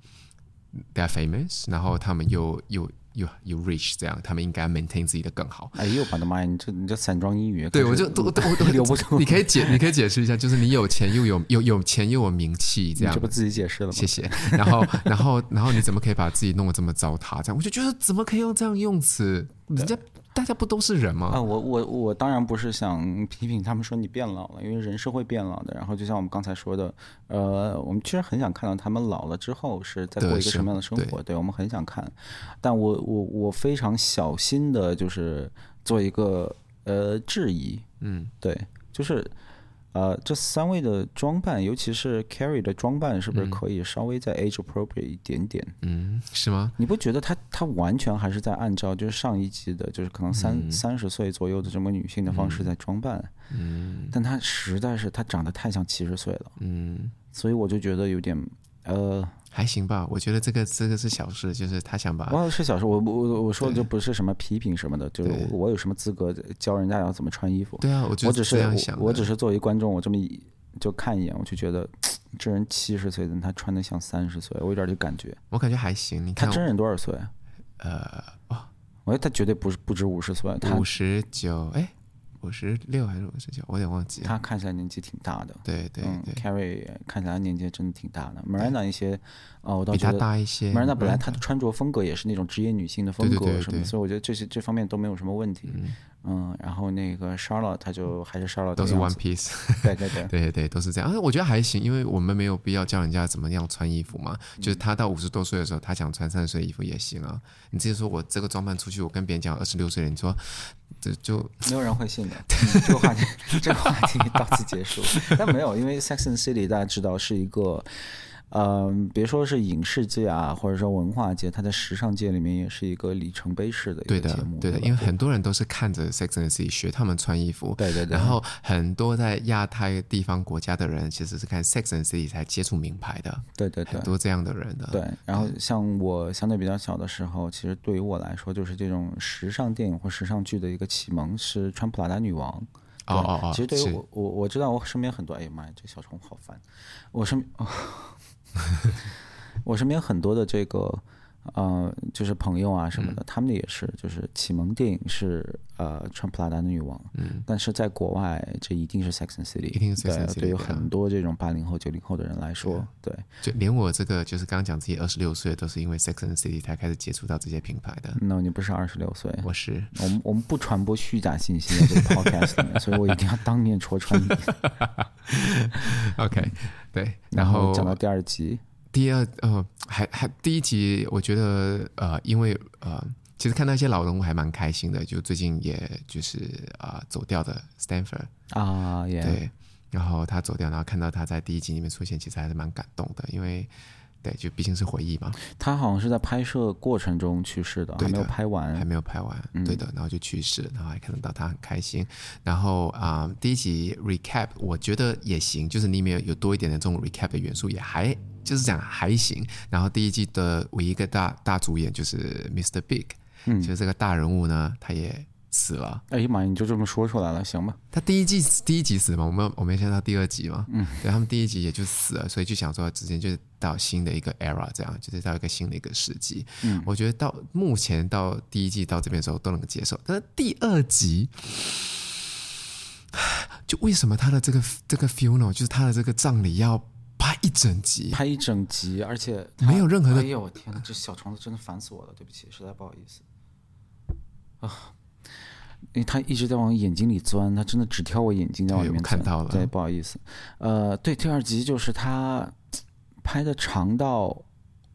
？They're famous，然后他们又又又又 rich，这样他们应该 maintain 自己的更好。
哎呦我的妈呀，你这你这散装英语，
对，
可
我
是
就我我 我
留不住
你可以解你可以解释一下，就是你有钱又有有有钱又有名气，这
你
样
这不自己解释了吗？
谢 谢。然后，然后，然后你怎么可以把自己弄得这么糟蹋？这样我就觉得怎么可以用这样用词？人家大家不都是人
啊，
吗？
我我我当然不是想批评他们说你变老了，因为人是会变老的。然后就像我们刚才说的，呃，我们确实很想看到他们老了之后是在
对
过一个
是
什么样的生
对
活，对我们很想看。但我我我非常小心的，就是做一个呃质疑，嗯，对，就是呃这三位的装扮，尤其是 Carrie 的装扮，是不是可以稍微再 age appropriate 一点点？
嗯，是吗？
你不觉得她她完全还是在按照就是上一季的，就是可能三
嗯
三十岁左右的这么女性的方式在装扮？嗯，但她实在是她长得太像七十岁了，
嗯，
所以我就觉得有点呃，
还行吧。我觉得这个这个是小事，就是他想把
我是小时候我我我说的就不是什么批评什么的，就是
对
我我有什么资格教人家要怎么穿衣服？
对啊，我就
我只是
这样想
我，我只
是
是作为观众，我这么一就看一眼，我就觉得这人七十岁，但他穿的像三十岁，我有点就感觉
我感觉还行。你
他
看，
真人多少岁？啊
呃，
我觉得他绝对不是不止五十岁，他
五十九，哎，五十六还是五十九？我有点忘记了。
他看起来年纪挺大的。
对对
嗯
对，
，Carrie 看起来年纪真的挺大的。Miranda 一些，啊，我倒
比
觉
他
得
大一些。嗯
Miranda 本来她的穿着风格也是那种职业女性的风
对对
格
对
什么
对
的，所以我觉得这些这方面都没有什么问题。嗯，然后那个 Charlotte 她就还是 Charlotte
都
的
是
样
One
子，
Piece。
对对对，
对对，都是这样。啊我觉得还行，因为我们没有必要教人家怎么样穿衣服嘛。
嗯
就是他到五十多岁的时候，他想穿三十岁衣服也行啊。你之前说我这个装扮出去，我跟别人讲二十六岁了，你说这就
没有人 会信的。嗯这个话题，这个话题到此结束。 但没有，因为 Sex and the City 大家知道是一个。嗯，别说是影视界啊，或者说文化界，它在时尚界里面也是一个里程碑式的一
对
个
的
节目，，
对的，
吧
因为很多人都是看着 Sex and the City 学他们穿衣服。
对对对，
然后很多在亚太地方国家的人，其实是看 Sex and the City 才接触名牌的，
对对对
很，多这样的人的。
对，然后像我相对比较小的时候，其实对于我来说，就是这种时尚电影或时尚剧的一个启蒙是《穿普拉达女王》。
哦哦哦，
其实对于
是
我，我我知道我身边很多，哎呀妈呀，这小虫 好烦。我身边，我身边很多的这个呃，就是朋友啊什么
嗯
的，他们也是，就是启蒙电影是呃穿普拉达的女王，
嗯，
但是在国外这一定是 Sex and City，
一定是 Sex and
对
City，
对于
对啊
很多这种八零后九零后的人来说，对
就连我这个就是刚刚讲自己二十六岁，都是因为 Sex and the City 才开始接触到这些品牌的。
，no，你不是二十六岁，
我是
我们我们不传播虚假信息在这个 podcast 里面，所以我一定要当面戳穿你。
OK，对，
然
然后
讲到第二集，
第二呃，还还第一集，我觉得呃，因为呃，其实看到一些老人物还蛮开心的，就最近也就是啊、呃走掉的 Stanford，
啊，也
对，然后他走掉，然后看到他在第一集里面出现，其实还是蛮感动的，因为对，就毕竟是回忆嘛，
他好像是在拍摄过程中去世的，
对
还没有
的
拍
还
完。
没有拍完，对的，然后就去世，然后还看得到他很开心。然后啊、第一集 recap 我觉得也行，就是里面有多一点的这种 recap 的元素，也还就是讲还行。然后第一季的唯一一个大大主演就是 Mr. Big，
嗯
就是这个大人物呢，他也死了。
哎呀妈呀，你就这么说出来了，行吧？
他第一季第一集死嘛，我们我们先到第二集嘛，嗯，对他们第一集也就死了，所以就想说直接就是到新的一个 era，这样就是到一个新的一个世纪。
嗯，
我觉得到目前到第一季到这边的时候都能接受，但是第二集。 就为什么他的这个这个 funeral，就是他的这个葬礼要拍一整集，
拍一整集，而且他
没有任何的
哎呦我天哪，这小虫子真的烦死我了，对不起，实在不好意思啊。因为他一直在往眼睛里钻，他真的只挑我眼睛在往里
对我
面
看
钻
到了
对，不好意思，呃，对，第二集就是他拍的长到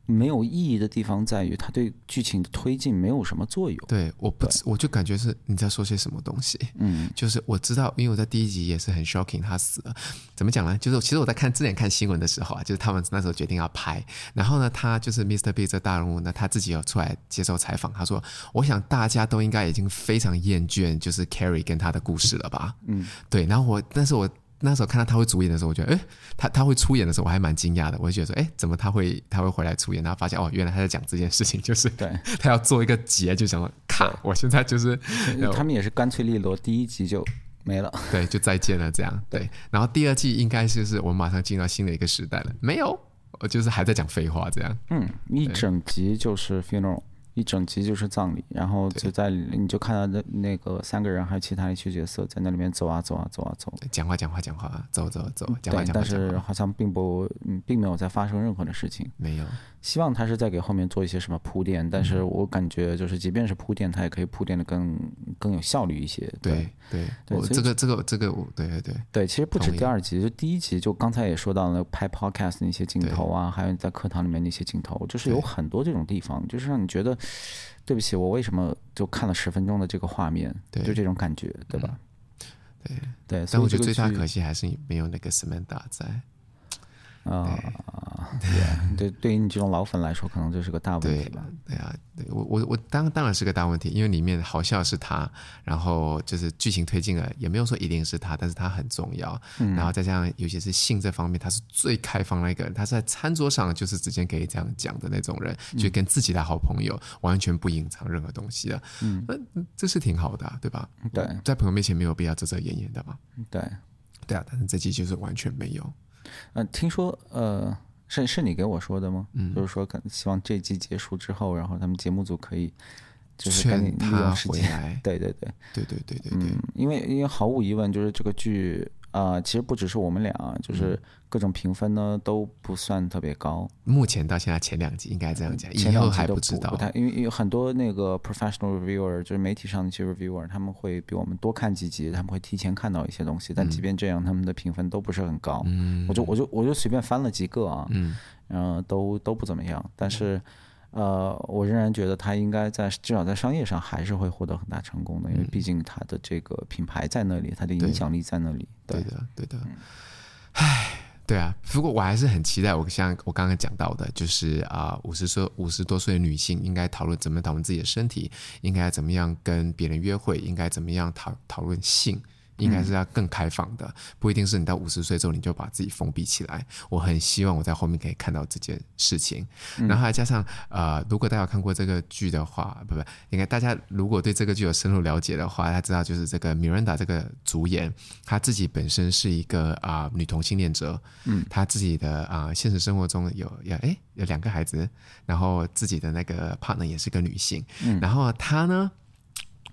没有意义的地方在于，他对剧情的推进没有什么作用。
对，我不知，我就感觉是你在说些什么东西。
嗯，
就是我知道，因为我在第一集也是很 shocking，他死了。怎么讲呢？就是其实我在看之前看新闻的时候啊，就是他们那时候决定要拍，然后呢，他就是 Mr. B 这大人物呢，他自己有出来接受采访，他说：“我想大家都应该已经非常厌倦就是 Carrie 跟他的故事了吧？”嗯，对。然后我，但是我。那时候看到他会主演的时候，我觉得，诶，他他会出演的时候，我还蛮惊讶的。我就觉得说，诶，怎么他会他会回来出演？然后发现，哦，原来他在讲这件事情，就是
对
他要做一个结，就想说，卡，我现在就是
因为他们也是干脆利落，第一集就没了。
对，就再见了这样。对，然后第二季应该就是我们马上进到新的一个时代了，没有，我就是还在讲废话这样。
嗯，一整集就是 funeral，一整集就是葬礼，然后就在你就看到那那个三个人还有其他一些角色在那里面走啊走啊走啊走，
讲话讲话讲话，走走走，讲话
嗯
讲
对，
话讲
但是
话，
好像并不，嗯，并没有在发生任何的事情。
没有。
希望他是在给后面做一些什么铺垫，但
嗯
是我感觉就是即便是铺垫，他也可以铺垫的更更有效率一些。
对对，
对
我
所以
这个这个这个，我对对对
对，其实不止
同意
第二集，就第一集就刚才也说到了拍 podcast 那些镜头啊，还有在课堂里面那些镜头，就是有
对
很多这种地方，就是让你觉得，对不起，我为什么就看了十分钟的这个画面，
对嗯
就这种感觉，对吧？对对，所
但
以
我觉得最
这个
大
剧
可惜还是没有那个 Samantha 在。
啊，对对，对于你这种老粉来说，可能这是个大问
对
题吧。
对啊，对我我我当当然是个大问题，因为里面好笑是他，然后就是剧情推进了，也没有说一定是他，但是他很重要。
嗯
然后再加上尤其是性这方面，他是最开放的一个人，他在餐桌上就是直接可以这样讲的那种人，
嗯
就跟自己的好朋友完全不隐藏任何东西的。嗯，那这是挺好的啊、对吧？
对
在朋友面前没有必要遮遮掩掩的嘛。
对，
对啊，但是这期就是完全没有。
呃，听说呃，是是你给我说的吗？
嗯
就是说，可希望这集结束之后，然后他们节目组可以就是赶紧
劝
利
他
用时
回
间。
来，
对对对。
对对对对对，
嗯，因为因为毫无疑问，就是这个剧啊、呃其实不只是我们俩，就是各种评分呢都不算特别高，
目前到现在前两集应该这样讲，
前
以后
两集
还
都
知道
不。太，因为因为很多那个 professional reviewer，就是媒体上的一些 reviewer，他们会比我们多看几集，他们会提前看到一些东西，
嗯
但即便这样，他们的评分都不是很高。嗯，我就我就我就随便翻了几个啊，嗯，呃，都都不怎么样，但
嗯
是。呃，我仍然觉得它应该在至少在商业上还是会获得很大成功的，因为
嗯
毕竟它的这个品牌在那里，它的影响力在那里。
对的，嗯对的。唉，对啊。不过我还是很期待，我像我刚刚讲到的，就是啊，五、0十岁五十多岁的女性应该讨论怎么讨论自己的身体，应该怎么样跟别人约会，应该怎么样讨讨论性。应该是要更开放的，不一定是你到五十岁之后你就把自己封闭起来。我很希望我在后面可以看到这件事情，然后还加上呃，如果大家有看过这个剧的话，不不，应该大家如果对这个剧有深入了解的话，他知道就是这个 Miranda 这个主演，她自己本身是一个啊、呃女同性恋者，嗯，她自己的啊、呃现实生活中有有哎有两个孩子，然后自己的那个 partner 也是个女性，然后她呢。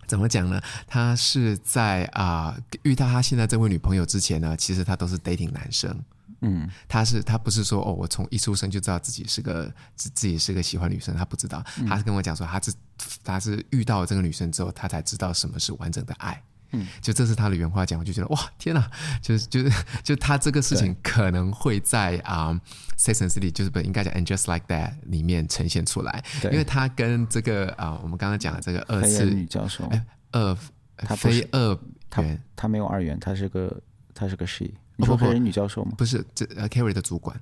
怎么讲呢？他是在啊、遇到他现在这位女朋友之前呢，其实他都是 dating 男生。嗯，他是他不是说哦，我从一出生就知道自己是个自自己是个喜欢女生，他不知道，
嗯
他是跟我讲说，他是他是遇到这个女生之后，他才知道什么是完整的爱。嗯，就这是他的原话讲，我就觉得哇，天哪，就是就是就他这个事情可能会在啊、Sex and City》就是本应该讲《And Just Like That》里面呈现出来，
对
因为他跟这个啊、我们刚刚讲的这个二
黑
次哎
人女教授，
二
她不是
呃非二元
她没有二元，她是个她是个 she。你
哦
说
不不
黑人女教授吗？
不是这呃 Carrie 的主管，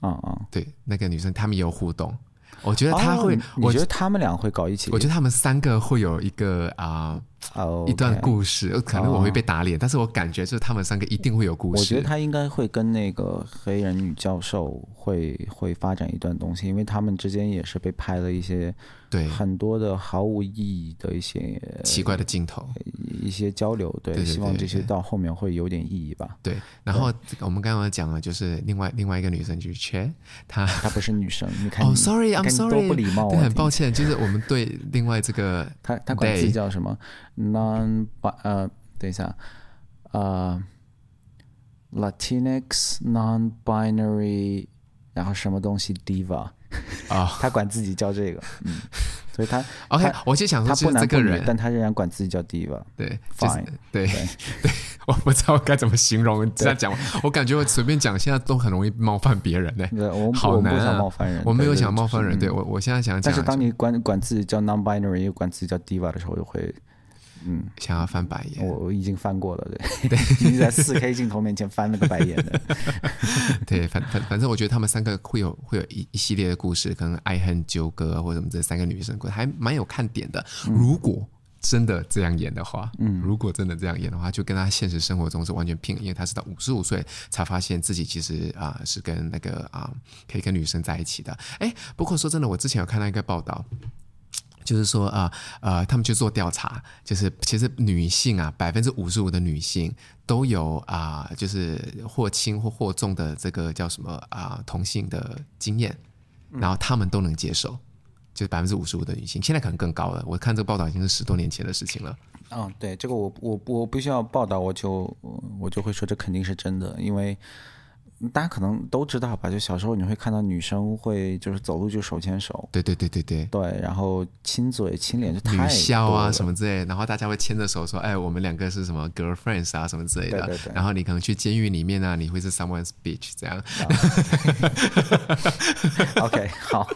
啊啊，
对那个女生他们有互动，我觉得他会，
哦你
我
觉得他们俩会搞一起？
我觉得他们三个会有一个啊、
哦，
一段故事，可能我会被打脸，但是我感觉就是他们三个一定会有故
我觉得
事。
他应该会跟那个黑人女教授会会发展一段东西，因为他们之间也是被拍了一些
对，
很多的毫无意义的一些
奇怪的镜头，
呃一些交流，对，
对对
希望
对
这些
对
到后面会有点意义吧。
对。然后这个我们刚刚讲了，就是另外另外一个女生就是 Che，她
她不是女生，你看你，
哦，sorry，I'm
你看你
sorry，
多不礼貌啊！
对，很
天
抱歉，就是我们对另外这个
他他管自己
They
叫什么？non 呃，等一下，呃，Latinx non-binary，然后什么东西 diva，
啊、
他管自己叫这个，嗯，所以他
o k
他
我就想说
他
就
不
是这
男不
个
女
人，，
但他仍然管自己叫 diva。
对，就是
Fine
对
对
对，我不知道该怎么形容这样讲，我感觉我随便讲，现在都很容易冒犯别人呢、
对，我们
好
我们
难
不想
啊
冒犯人，
我没有
对
想冒犯人，。对
对就是嗯
我我现在想讲
但
就是是，
当你管管自己叫 non-binary 又管自己叫 diva 的时候，我就会，嗯，
想要翻白眼，
我我已经翻过了，对， 已经在四 K 镜头面前翻了个白眼的。
对，反反反正我觉得他们三个会有会有一一系列的故事，可能爱恨纠葛或者什么这三个女生的故事还蛮有看点的。如果真的这样演的话，嗯，如果真的这样演的话，就跟他现实生活中是完全拼，因为他是到五十五岁才发现自己其实啊、是跟那个啊、可以跟女生在一起的。哎，不过说真的，我之前有看到一个报道，就是说啊呃他们去做调查，就是其实女性啊，百分之五十五的女性都有啊、就是或轻或或重的这个叫什么啊、同性的经验，
嗯
然后她们都能接受，就是百分之五十五的女性，现在可能更高了。我看这个报道已经是十多年前的事情了。
嗯，对，这个我我我必须要报道，我就呃我就会说这肯定是真的，因为大家可能都知道吧，就小时候你会看到女生会就是走路就手牵手，
对对对对对。
对，然后亲嘴亲脸就太
女校
多
啊
了
什么之类的，然后大家会牵着手说：“哎，我们两个是什么 girlfriends 啊什么之类的。
对对对
然后你可能去监狱里面啊，你会是 someone's bitch 这样。
OK，好，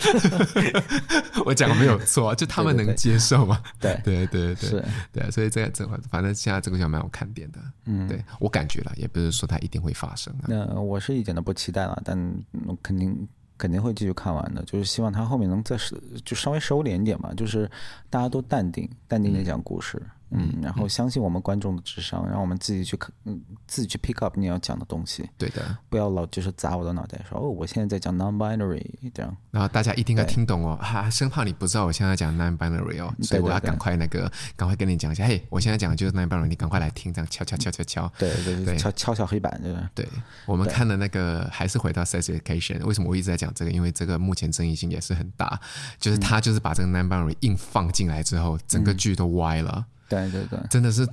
我讲的没有错，就他们
对对
能
对
接受吗？
对
对 对对，
是
对，所以这个这个反正现在这个就蛮有看点的，嗯，对我感觉了，也不是说它一定会发生啊，
那我是一点都不期待了，但嗯肯定肯定会继续看完的，就是希望他后面能再收就稍微收敛一点吧，就是大家都淡定淡定的讲故事，嗯，然后相信我们观众的智商，让我们自己去看，嗯，自己去 pick up 你要讲的东西，
对的。
不要老就是砸我的脑袋说哦，我现在在讲 non-binary 这样，
然后大家一定要听懂哦，哈、生怕你不知道我现在讲 nine binary 哦，所以我要赶快那个，赶快跟你讲一下，嘿，我现在讲的就是 nine binary，你赶快来听，这样敲敲敲敲敲。
对对
对
对，敲敲小黑板就是。
对我们看的那个还是回到 sex education，为什么我一直在讲这个？因为这个目前争议性也是很大，就是他就是把这个 nine binary 硬放进来之后，整个剧都歪了。
对对对，
真的是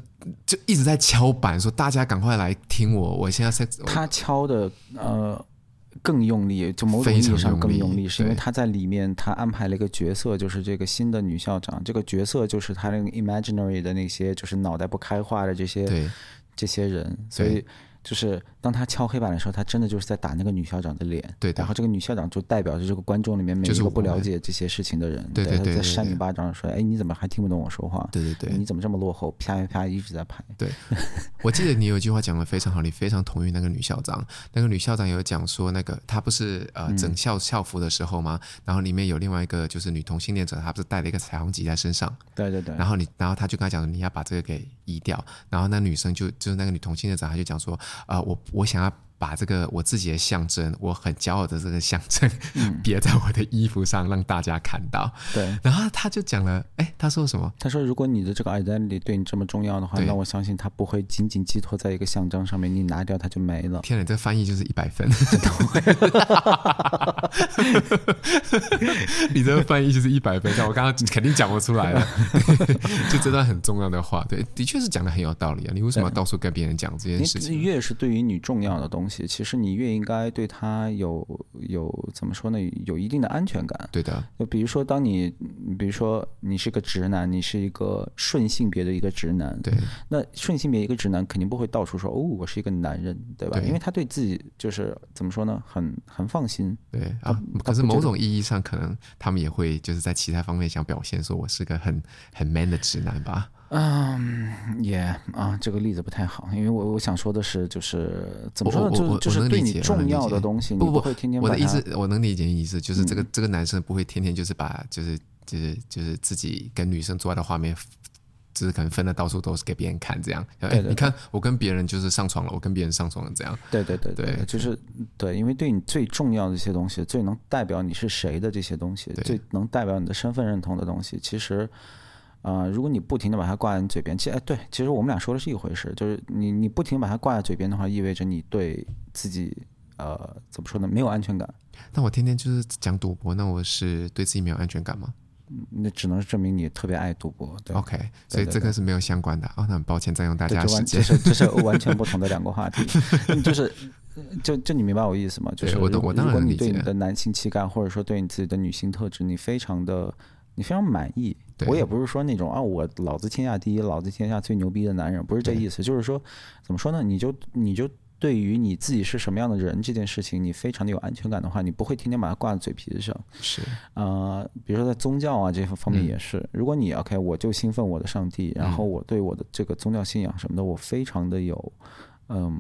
就一直在敲板说，大家赶快来听我，我现在在
他敲的呃更用力，就某种意
非常
义上更
用
用
力
力，是因为
对
他在里面他安排了一个角色，就是这个新的女校长，这个角色就是他那个 imaginary 的那些就是脑袋不开化的这些
对
这些人，所
对
以就是当他敲黑板的时候，他真的就是在打那个女校长的脸。
对的
然后这个女校长就代表着这个观众里面每
就
一
是
个
我
不了
们
解这些事情的人，
对对
他
对
在
对
扇你
对
巴掌说：“哎，你怎么还听不懂我说话？
对对对
你怎么这么落后？”啪啪啪一直在拍。
对，我记得你有一句话讲的非常好，你非常同意那个女校长。那个女校长有讲说，那个她不是呃
嗯
整校校服的时候吗？然后里面有另外一个就是女同性恋者，她不是带了一个彩虹旗在身上，
对对对
然后你，然后她就跟她讲说你要把这个给移掉。然后那女生就就是那个女同性恋者，她就讲说，呃，我我想要。把这个我自己的象征，我很骄傲的这个象征，
嗯
别在我的衣服上让大家看到。
对。
然后她就讲了，哎，她说什么？
他说：“如果你的这个 identity 对你这么重要的话，
对
那我相信它不会仅仅寄托在一个象征上面，你拿掉它就没了。
天哪，这翻译就是一百分！ 你这个翻译就是一百分，但我刚刚肯定讲不出来了。 就这段很重要的话，对，的确是讲的很有道理啊。你为什么要到处跟别人讲这件事
你
情？
越是对于你重要的东西，其实你越应该对它有有怎么说呢？有一定的安全感。
对的，
就比如说，当你比如说你是个直男，你是一个顺性别的一个直男，
对，
那顺性别一个直男肯定不会到处说哦，我是一个男人，对吧？
对
因为他对自己就是怎么说呢，很很放心。
对啊。可是某种意义上，可能他们也会就是在其他方面想表现说我是个很很 man 的直男吧。
嗯，也啊，这个例子不太好，因为我我想说的是，就是怎
我
么说呢，
我
就
我
就
我
是
能
对
理
你
解我
重
能理
要的
解
东西，你
不不
会天天
我
把
的意
它嗯
思，我能理解你意思，就是这个、这个男生不会天天就是把就是就是就是自己跟女生做爱的画面，就是可能分的到处都是给别人看这样。哎、
对对
你看我跟别人就是上床了，我跟别人上床了这样。
对对对
对
就是对，因为对你最重要的一些东西，最能代表你是谁的这些东西，
对
最能代表你的身份认同的东西，其实。啊、如果你不停的把它挂在你嘴边，其实哎对，其实我们俩说的是一回事，就是你你不停地把它挂在嘴边的话，意味着你对自己呃怎么说呢，没有安全感，
那我天天就是讲赌博，那我是对自己没有安全感吗
那只能证明你特别爱赌博，对
？OK，所以
对
这个是没有相关的。哦，那很抱歉占用大
对，
家的
就
时
完，
间
这。是这是完全不同的两个话题，嗯就是。就就你明白我意 思吗？就是
对我懂
如
我当然
如果
能理
你
解
对你的男性气概，或者说对你自己的女性特质，你非常的你非常满意。
对
我也不是说那种啊，我老子天下第一，老子天下最牛逼的男人，不是这意思。就是说，怎么说呢？你就你就对于你自己是什么样的人这件事情，你非常的有安全感的话，你不会天天把它挂在嘴皮子上。
是
呃，比如说在宗教啊这
嗯
方面也是，如果你 OK，我就兴奋我的上帝，然后我对我的这个宗教信仰什么的，我非常的有，嗯，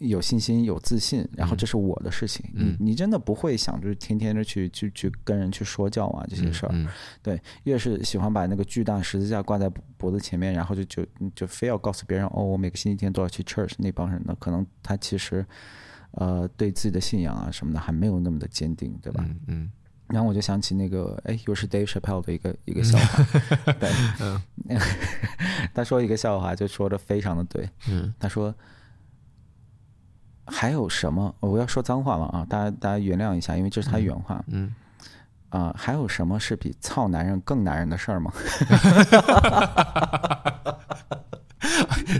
有信心、有自信，然后这是我的事情，
嗯
你你真的不会想就是天天的去去去跟人去说教啊这些事儿，
嗯，
对，越是喜欢把那个巨大十字架挂在脖子前面，然后就就就非要告诉别人哦，我每个星期天都要去 church 那帮人呢，可能他其实，呃，对自己的信仰啊什么的还没有那么的坚定，对吧？
嗯嗯，
然后我就想起那个，哎，又是 Dave Chappelle 的一个一
嗯
个 笑话，对， 他说一个笑话就说的非常的对，
嗯，
他说还有什么？我要说脏话了啊，大家大家原谅一下，因为这是他原话，
嗯
啊、还有什么是比操男人更男人的事 儿吗？
嗯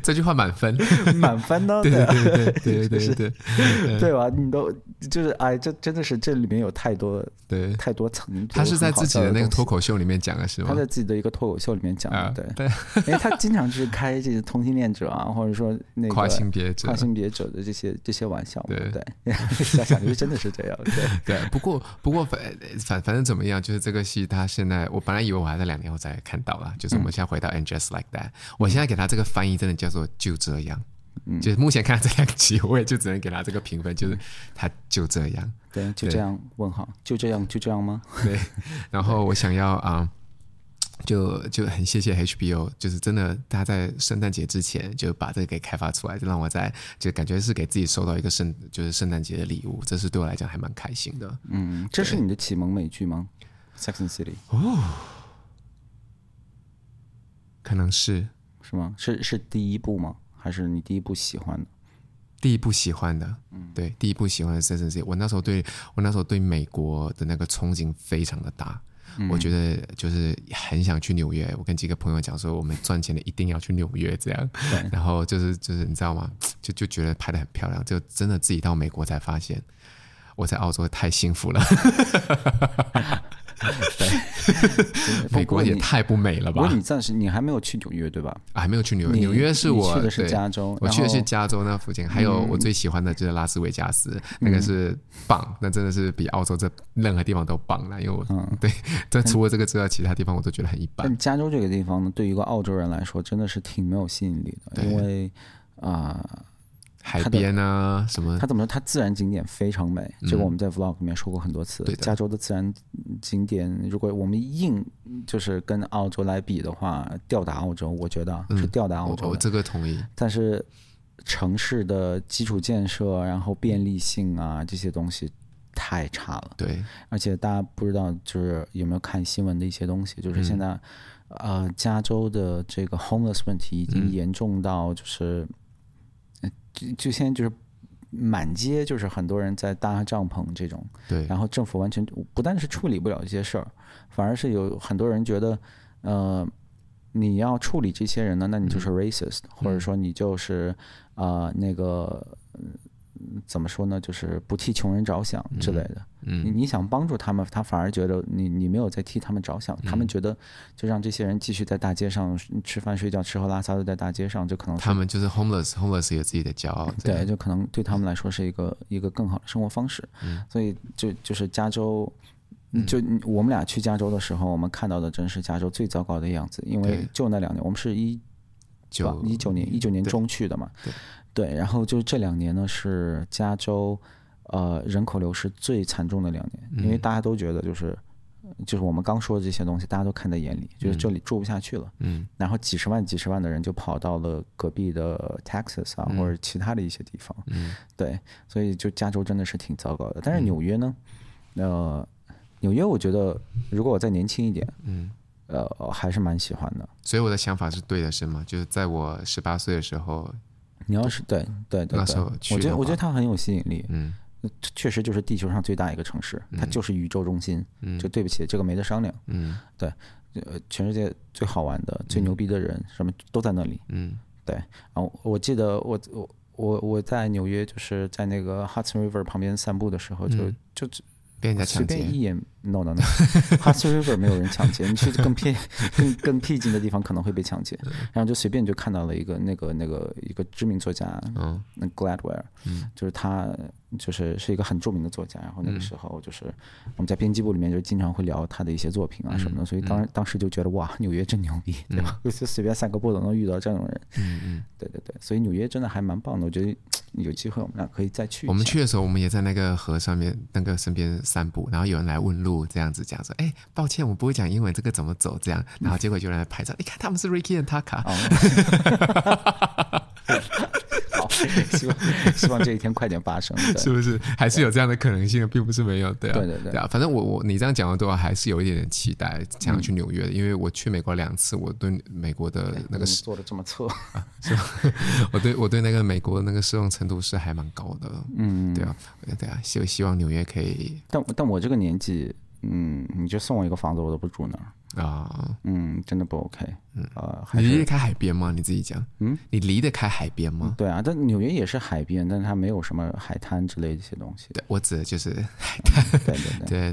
这句话满 分。
满分呢，
对对
对啊
对对对对对
对吧？你都就是哎，这真的是这里面有太多
对，
太多层，
他是在自己的那个脱
口，
口秀里面讲的是吗？
他在自己的一个脱口秀里面讲的，
啊
对，
对，
因为他经常就是开这些同性恋者啊， 或者说那个
跨性别者
跨，性别者的这些这些玩笑嘛，
对
对， 想想就真的是这样， 对，
对，不过不过反反反正怎么样，就是这个戏，它现在我本来以为我还在两年后才看到啦，就是我们现在回到 And Just Like That，、我现在给他这个翻译真的叫做就这样，就是目前看这两集，我也就只能给他这个评分，就是他就这样。
对，就这样问号，就这样就这样吗？
对，然后我想要啊、就就很谢谢 HBO，就是真的，他在圣诞节之前就把这个给开发出来，就让我在就感觉是给自己收到一个圣就是圣诞节的礼物，这是对我来讲还蛮开心的。
嗯，这是你的启蒙美剧吗？Sex and City
可能是
是吗？是是第一部吗？还是你第一部喜欢的？
第一部喜欢的，
嗯
对，第一部喜欢的《Sex and City》，我那时候对我那时候对美国的那个憧憬非常的大，
嗯
我觉得就是很想去纽约。我跟几个朋友讲说，我们赚钱的一定要去纽约，这样。然后就是就是你知道吗？就就觉得拍的很漂亮，就真的自己到美国才发现，我在澳洲太幸福了。
对，
美国也
不过你
太不美了
不过
吧！
你暂时你还没有去纽约对吧？
啊还没有去纽约，
你
纽约是
你
我
去的是
对
加州
我去的
然后嗯
是加州那附近，还有我最喜欢的就是拉斯维加斯，那个是棒，那真的是比澳洲这任何地方都棒了，因为我、
嗯
对，但除了这个之外，其他地方我都觉得很一般
但。加州这个地方呢，对于一个澳洲人来说，真的是挺没有吸引力的，因为啊、
海边啊，什么
它怎么说？它自然景点非常美，这个我们在 vlog 里面说过很多次
嗯对。的
加州的自然景点，如果我们硬就是跟澳洲来比的话，吊打澳洲，我觉得啊是吊打澳
嗯我
洲
我
的。
这个同意，
但是城市的基础建设，然后便利性啊这些东西太差了。
对，
而且大家不知道，就是有没有看新闻的一些东西，就是
嗯
现在，呃，加州的这个 homeless 问题已
嗯
经严重到就是，呃就就现在就是满街就是很多人在搭帐篷这种，
对，
然后政府完全不但是处理不了这些事儿，反而是有很多人觉得，呃，你要处理这些人呢，那
嗯
你就是 racist，、或者说你就是呃那个。嗯怎么说呢？就是不替穷人着想之类的。你
嗯，
你想帮助他们，他反而觉得你你没有在替他们着想，
嗯
他们觉得就让这些人继续在大街上吃饭睡觉，吃喝拉撒都在大街上，就可能是
他们就是 homeless，homeless 有自己的骄傲，这
对，
样，
就可能对他们来说是一个一个更好的生活方式。
嗯
所以就就是加州，就我们俩去加州的时候，我们看到的真是加州最糟糕的样子，因为
对
就那两年，我们是一吧
就
一九年一九年
对
中去的嘛，对，然后就是这两年呢是加州呃人口流失最惨重的两
嗯
年，因为大家都觉得就是就是我们刚说的这些东西，大家都看在眼里，就是这里住不下去了，
嗯，
然后几十万几十万的人就跑到了隔壁的 Texas 啊或者其他的一些地方，
嗯，
对，所以就加州真的是挺糟糕的，但是纽约呢，呃，纽约我觉得如果我再年轻一点，
嗯。
呃，还是蛮喜欢的。
所以我的想法是对的，是吗？就是在我十八岁的时候，
你要是对对对
那时
对
候，去
我觉
的
得我觉
话
得它很有吸引力，
嗯
确实就是地球上最大一个城市，它就是宇宙中心。
嗯
这对不起，这个没得商量。
嗯
呃，全世界最好玩的、最牛逼的人，什么都在那里。
嗯
然后我记得我我我我在纽约，就是在那个 Hudson River 旁边散步的时候，就
嗯
就
被人家
随
抢劫
便，一眼 no no no Hudson River 没有人抢劫，你去更偏更更僻静的地方可能会被抢劫。然后就随便就看到了一个那个那个一个知名作家，
嗯
那 Gladwell，
嗯
就是他就是是一个很著名的作家，然后那个时候就是我们在编辑部里面就经常会聊他的一些作品
嗯
啊什么的，所以当当时就觉得哇，纽约真牛逼，对吧？ 就随便散个步都能遇到这种人，
嗯嗯。
对对对，所以纽约真的还蛮棒的，我觉得有机会我们俩可以再去一下。
我们去的时候，我们也在那个河上面那个身边散步，然后有人来问路，这样子讲说：“哎、抱歉，我不会讲英文，这个怎么走？”这样，然后结果就有人来拍照，你看他们是 Ricky 和 Taka，、
哦。好， 希望希望这一天快点发生。对
是不是？还是有这样的可能性的，并不是没有，对啊，
对对对
啊。反正我我你这样讲的对我还是有一点点期待，想要去纽约的，因为我去美国两次，我对美国的那个
我怎么做的这么 侧，
我对我对那个美国那个适用程度是还蛮高的，嗯，对啊，对啊，希希望纽约可以
但但我这个年纪，嗯，你就送我一个房子，我都不住那儿。
啊、
嗯，真的不 OK。嗯，呃，还
你离
是
得开海边吗？你自己讲，嗯，你离得开海边吗？
对啊，但纽约也是海边，但是它没有什么海滩之类的一些 东西。
对，我指的就是，
对对对。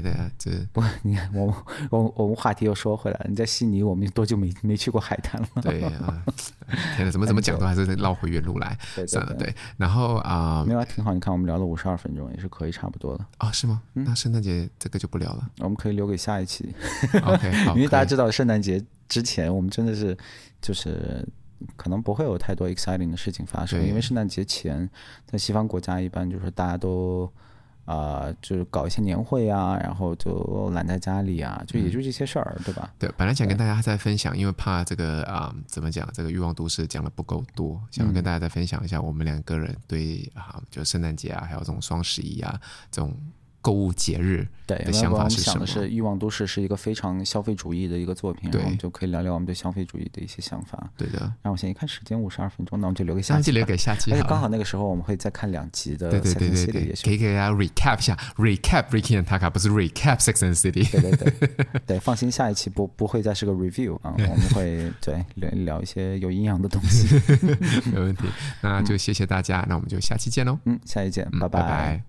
对对对，就是
不，你看，我我我们话题又说回来了，你在悉尼，我们多久没没去过海滩了？
对啊，天哪，怎么怎么讲都还是绕回原路来，
对对嗯
算了，对，然后啊、
没有，还挺好。你看，我们聊了五十二分钟，也是可以差不多了。
哦，是吗？
嗯
那圣诞节这个就不聊 了
我们可以留给下一期，
，OK，好，
因为大家
可以
知道，圣诞节之前我们真的是就是可能不会有太多 exciting 的事情发生，
对
因为圣诞节前在西方国家一般就是大家都啊、就是搞一些年会啊，然后就懒在家里啊，就
嗯
也就这些事儿，对吧？
对，本来想跟大家再分享，因为怕这个啊、怎么讲，这个欲望都市讲的不够多，想
嗯
要跟大家再分享一下我们两个人对啊、就圣诞节啊，还有这种双十一啊，这种购物节日
对，
的
要
想
不然
法
我们
是
想
什么
的？是《欲望都市》是一个非常消费主义的一个作品，然后我们
对
就可以聊聊我们对消费主义的一些想法。
对的，
然后我现在一看时间五十二分钟，那我们就留给
这
下
样
期
就
吧。
留给下期
而且
好
刚
了。
好那个时候我们会再看两集的
对对
Sex
对
and City，
对对
也，是
可以给大家 recap 一下，recap Ricky and Taka 不是 recap Sex and City，
对对对对，放心，下一期不不会再是个 review 啊，我们会对聊聊一些有营养的东 西。
没问题。那就谢谢大家，那我们就下期见喽，
嗯，下一见，
嗯
拜
拜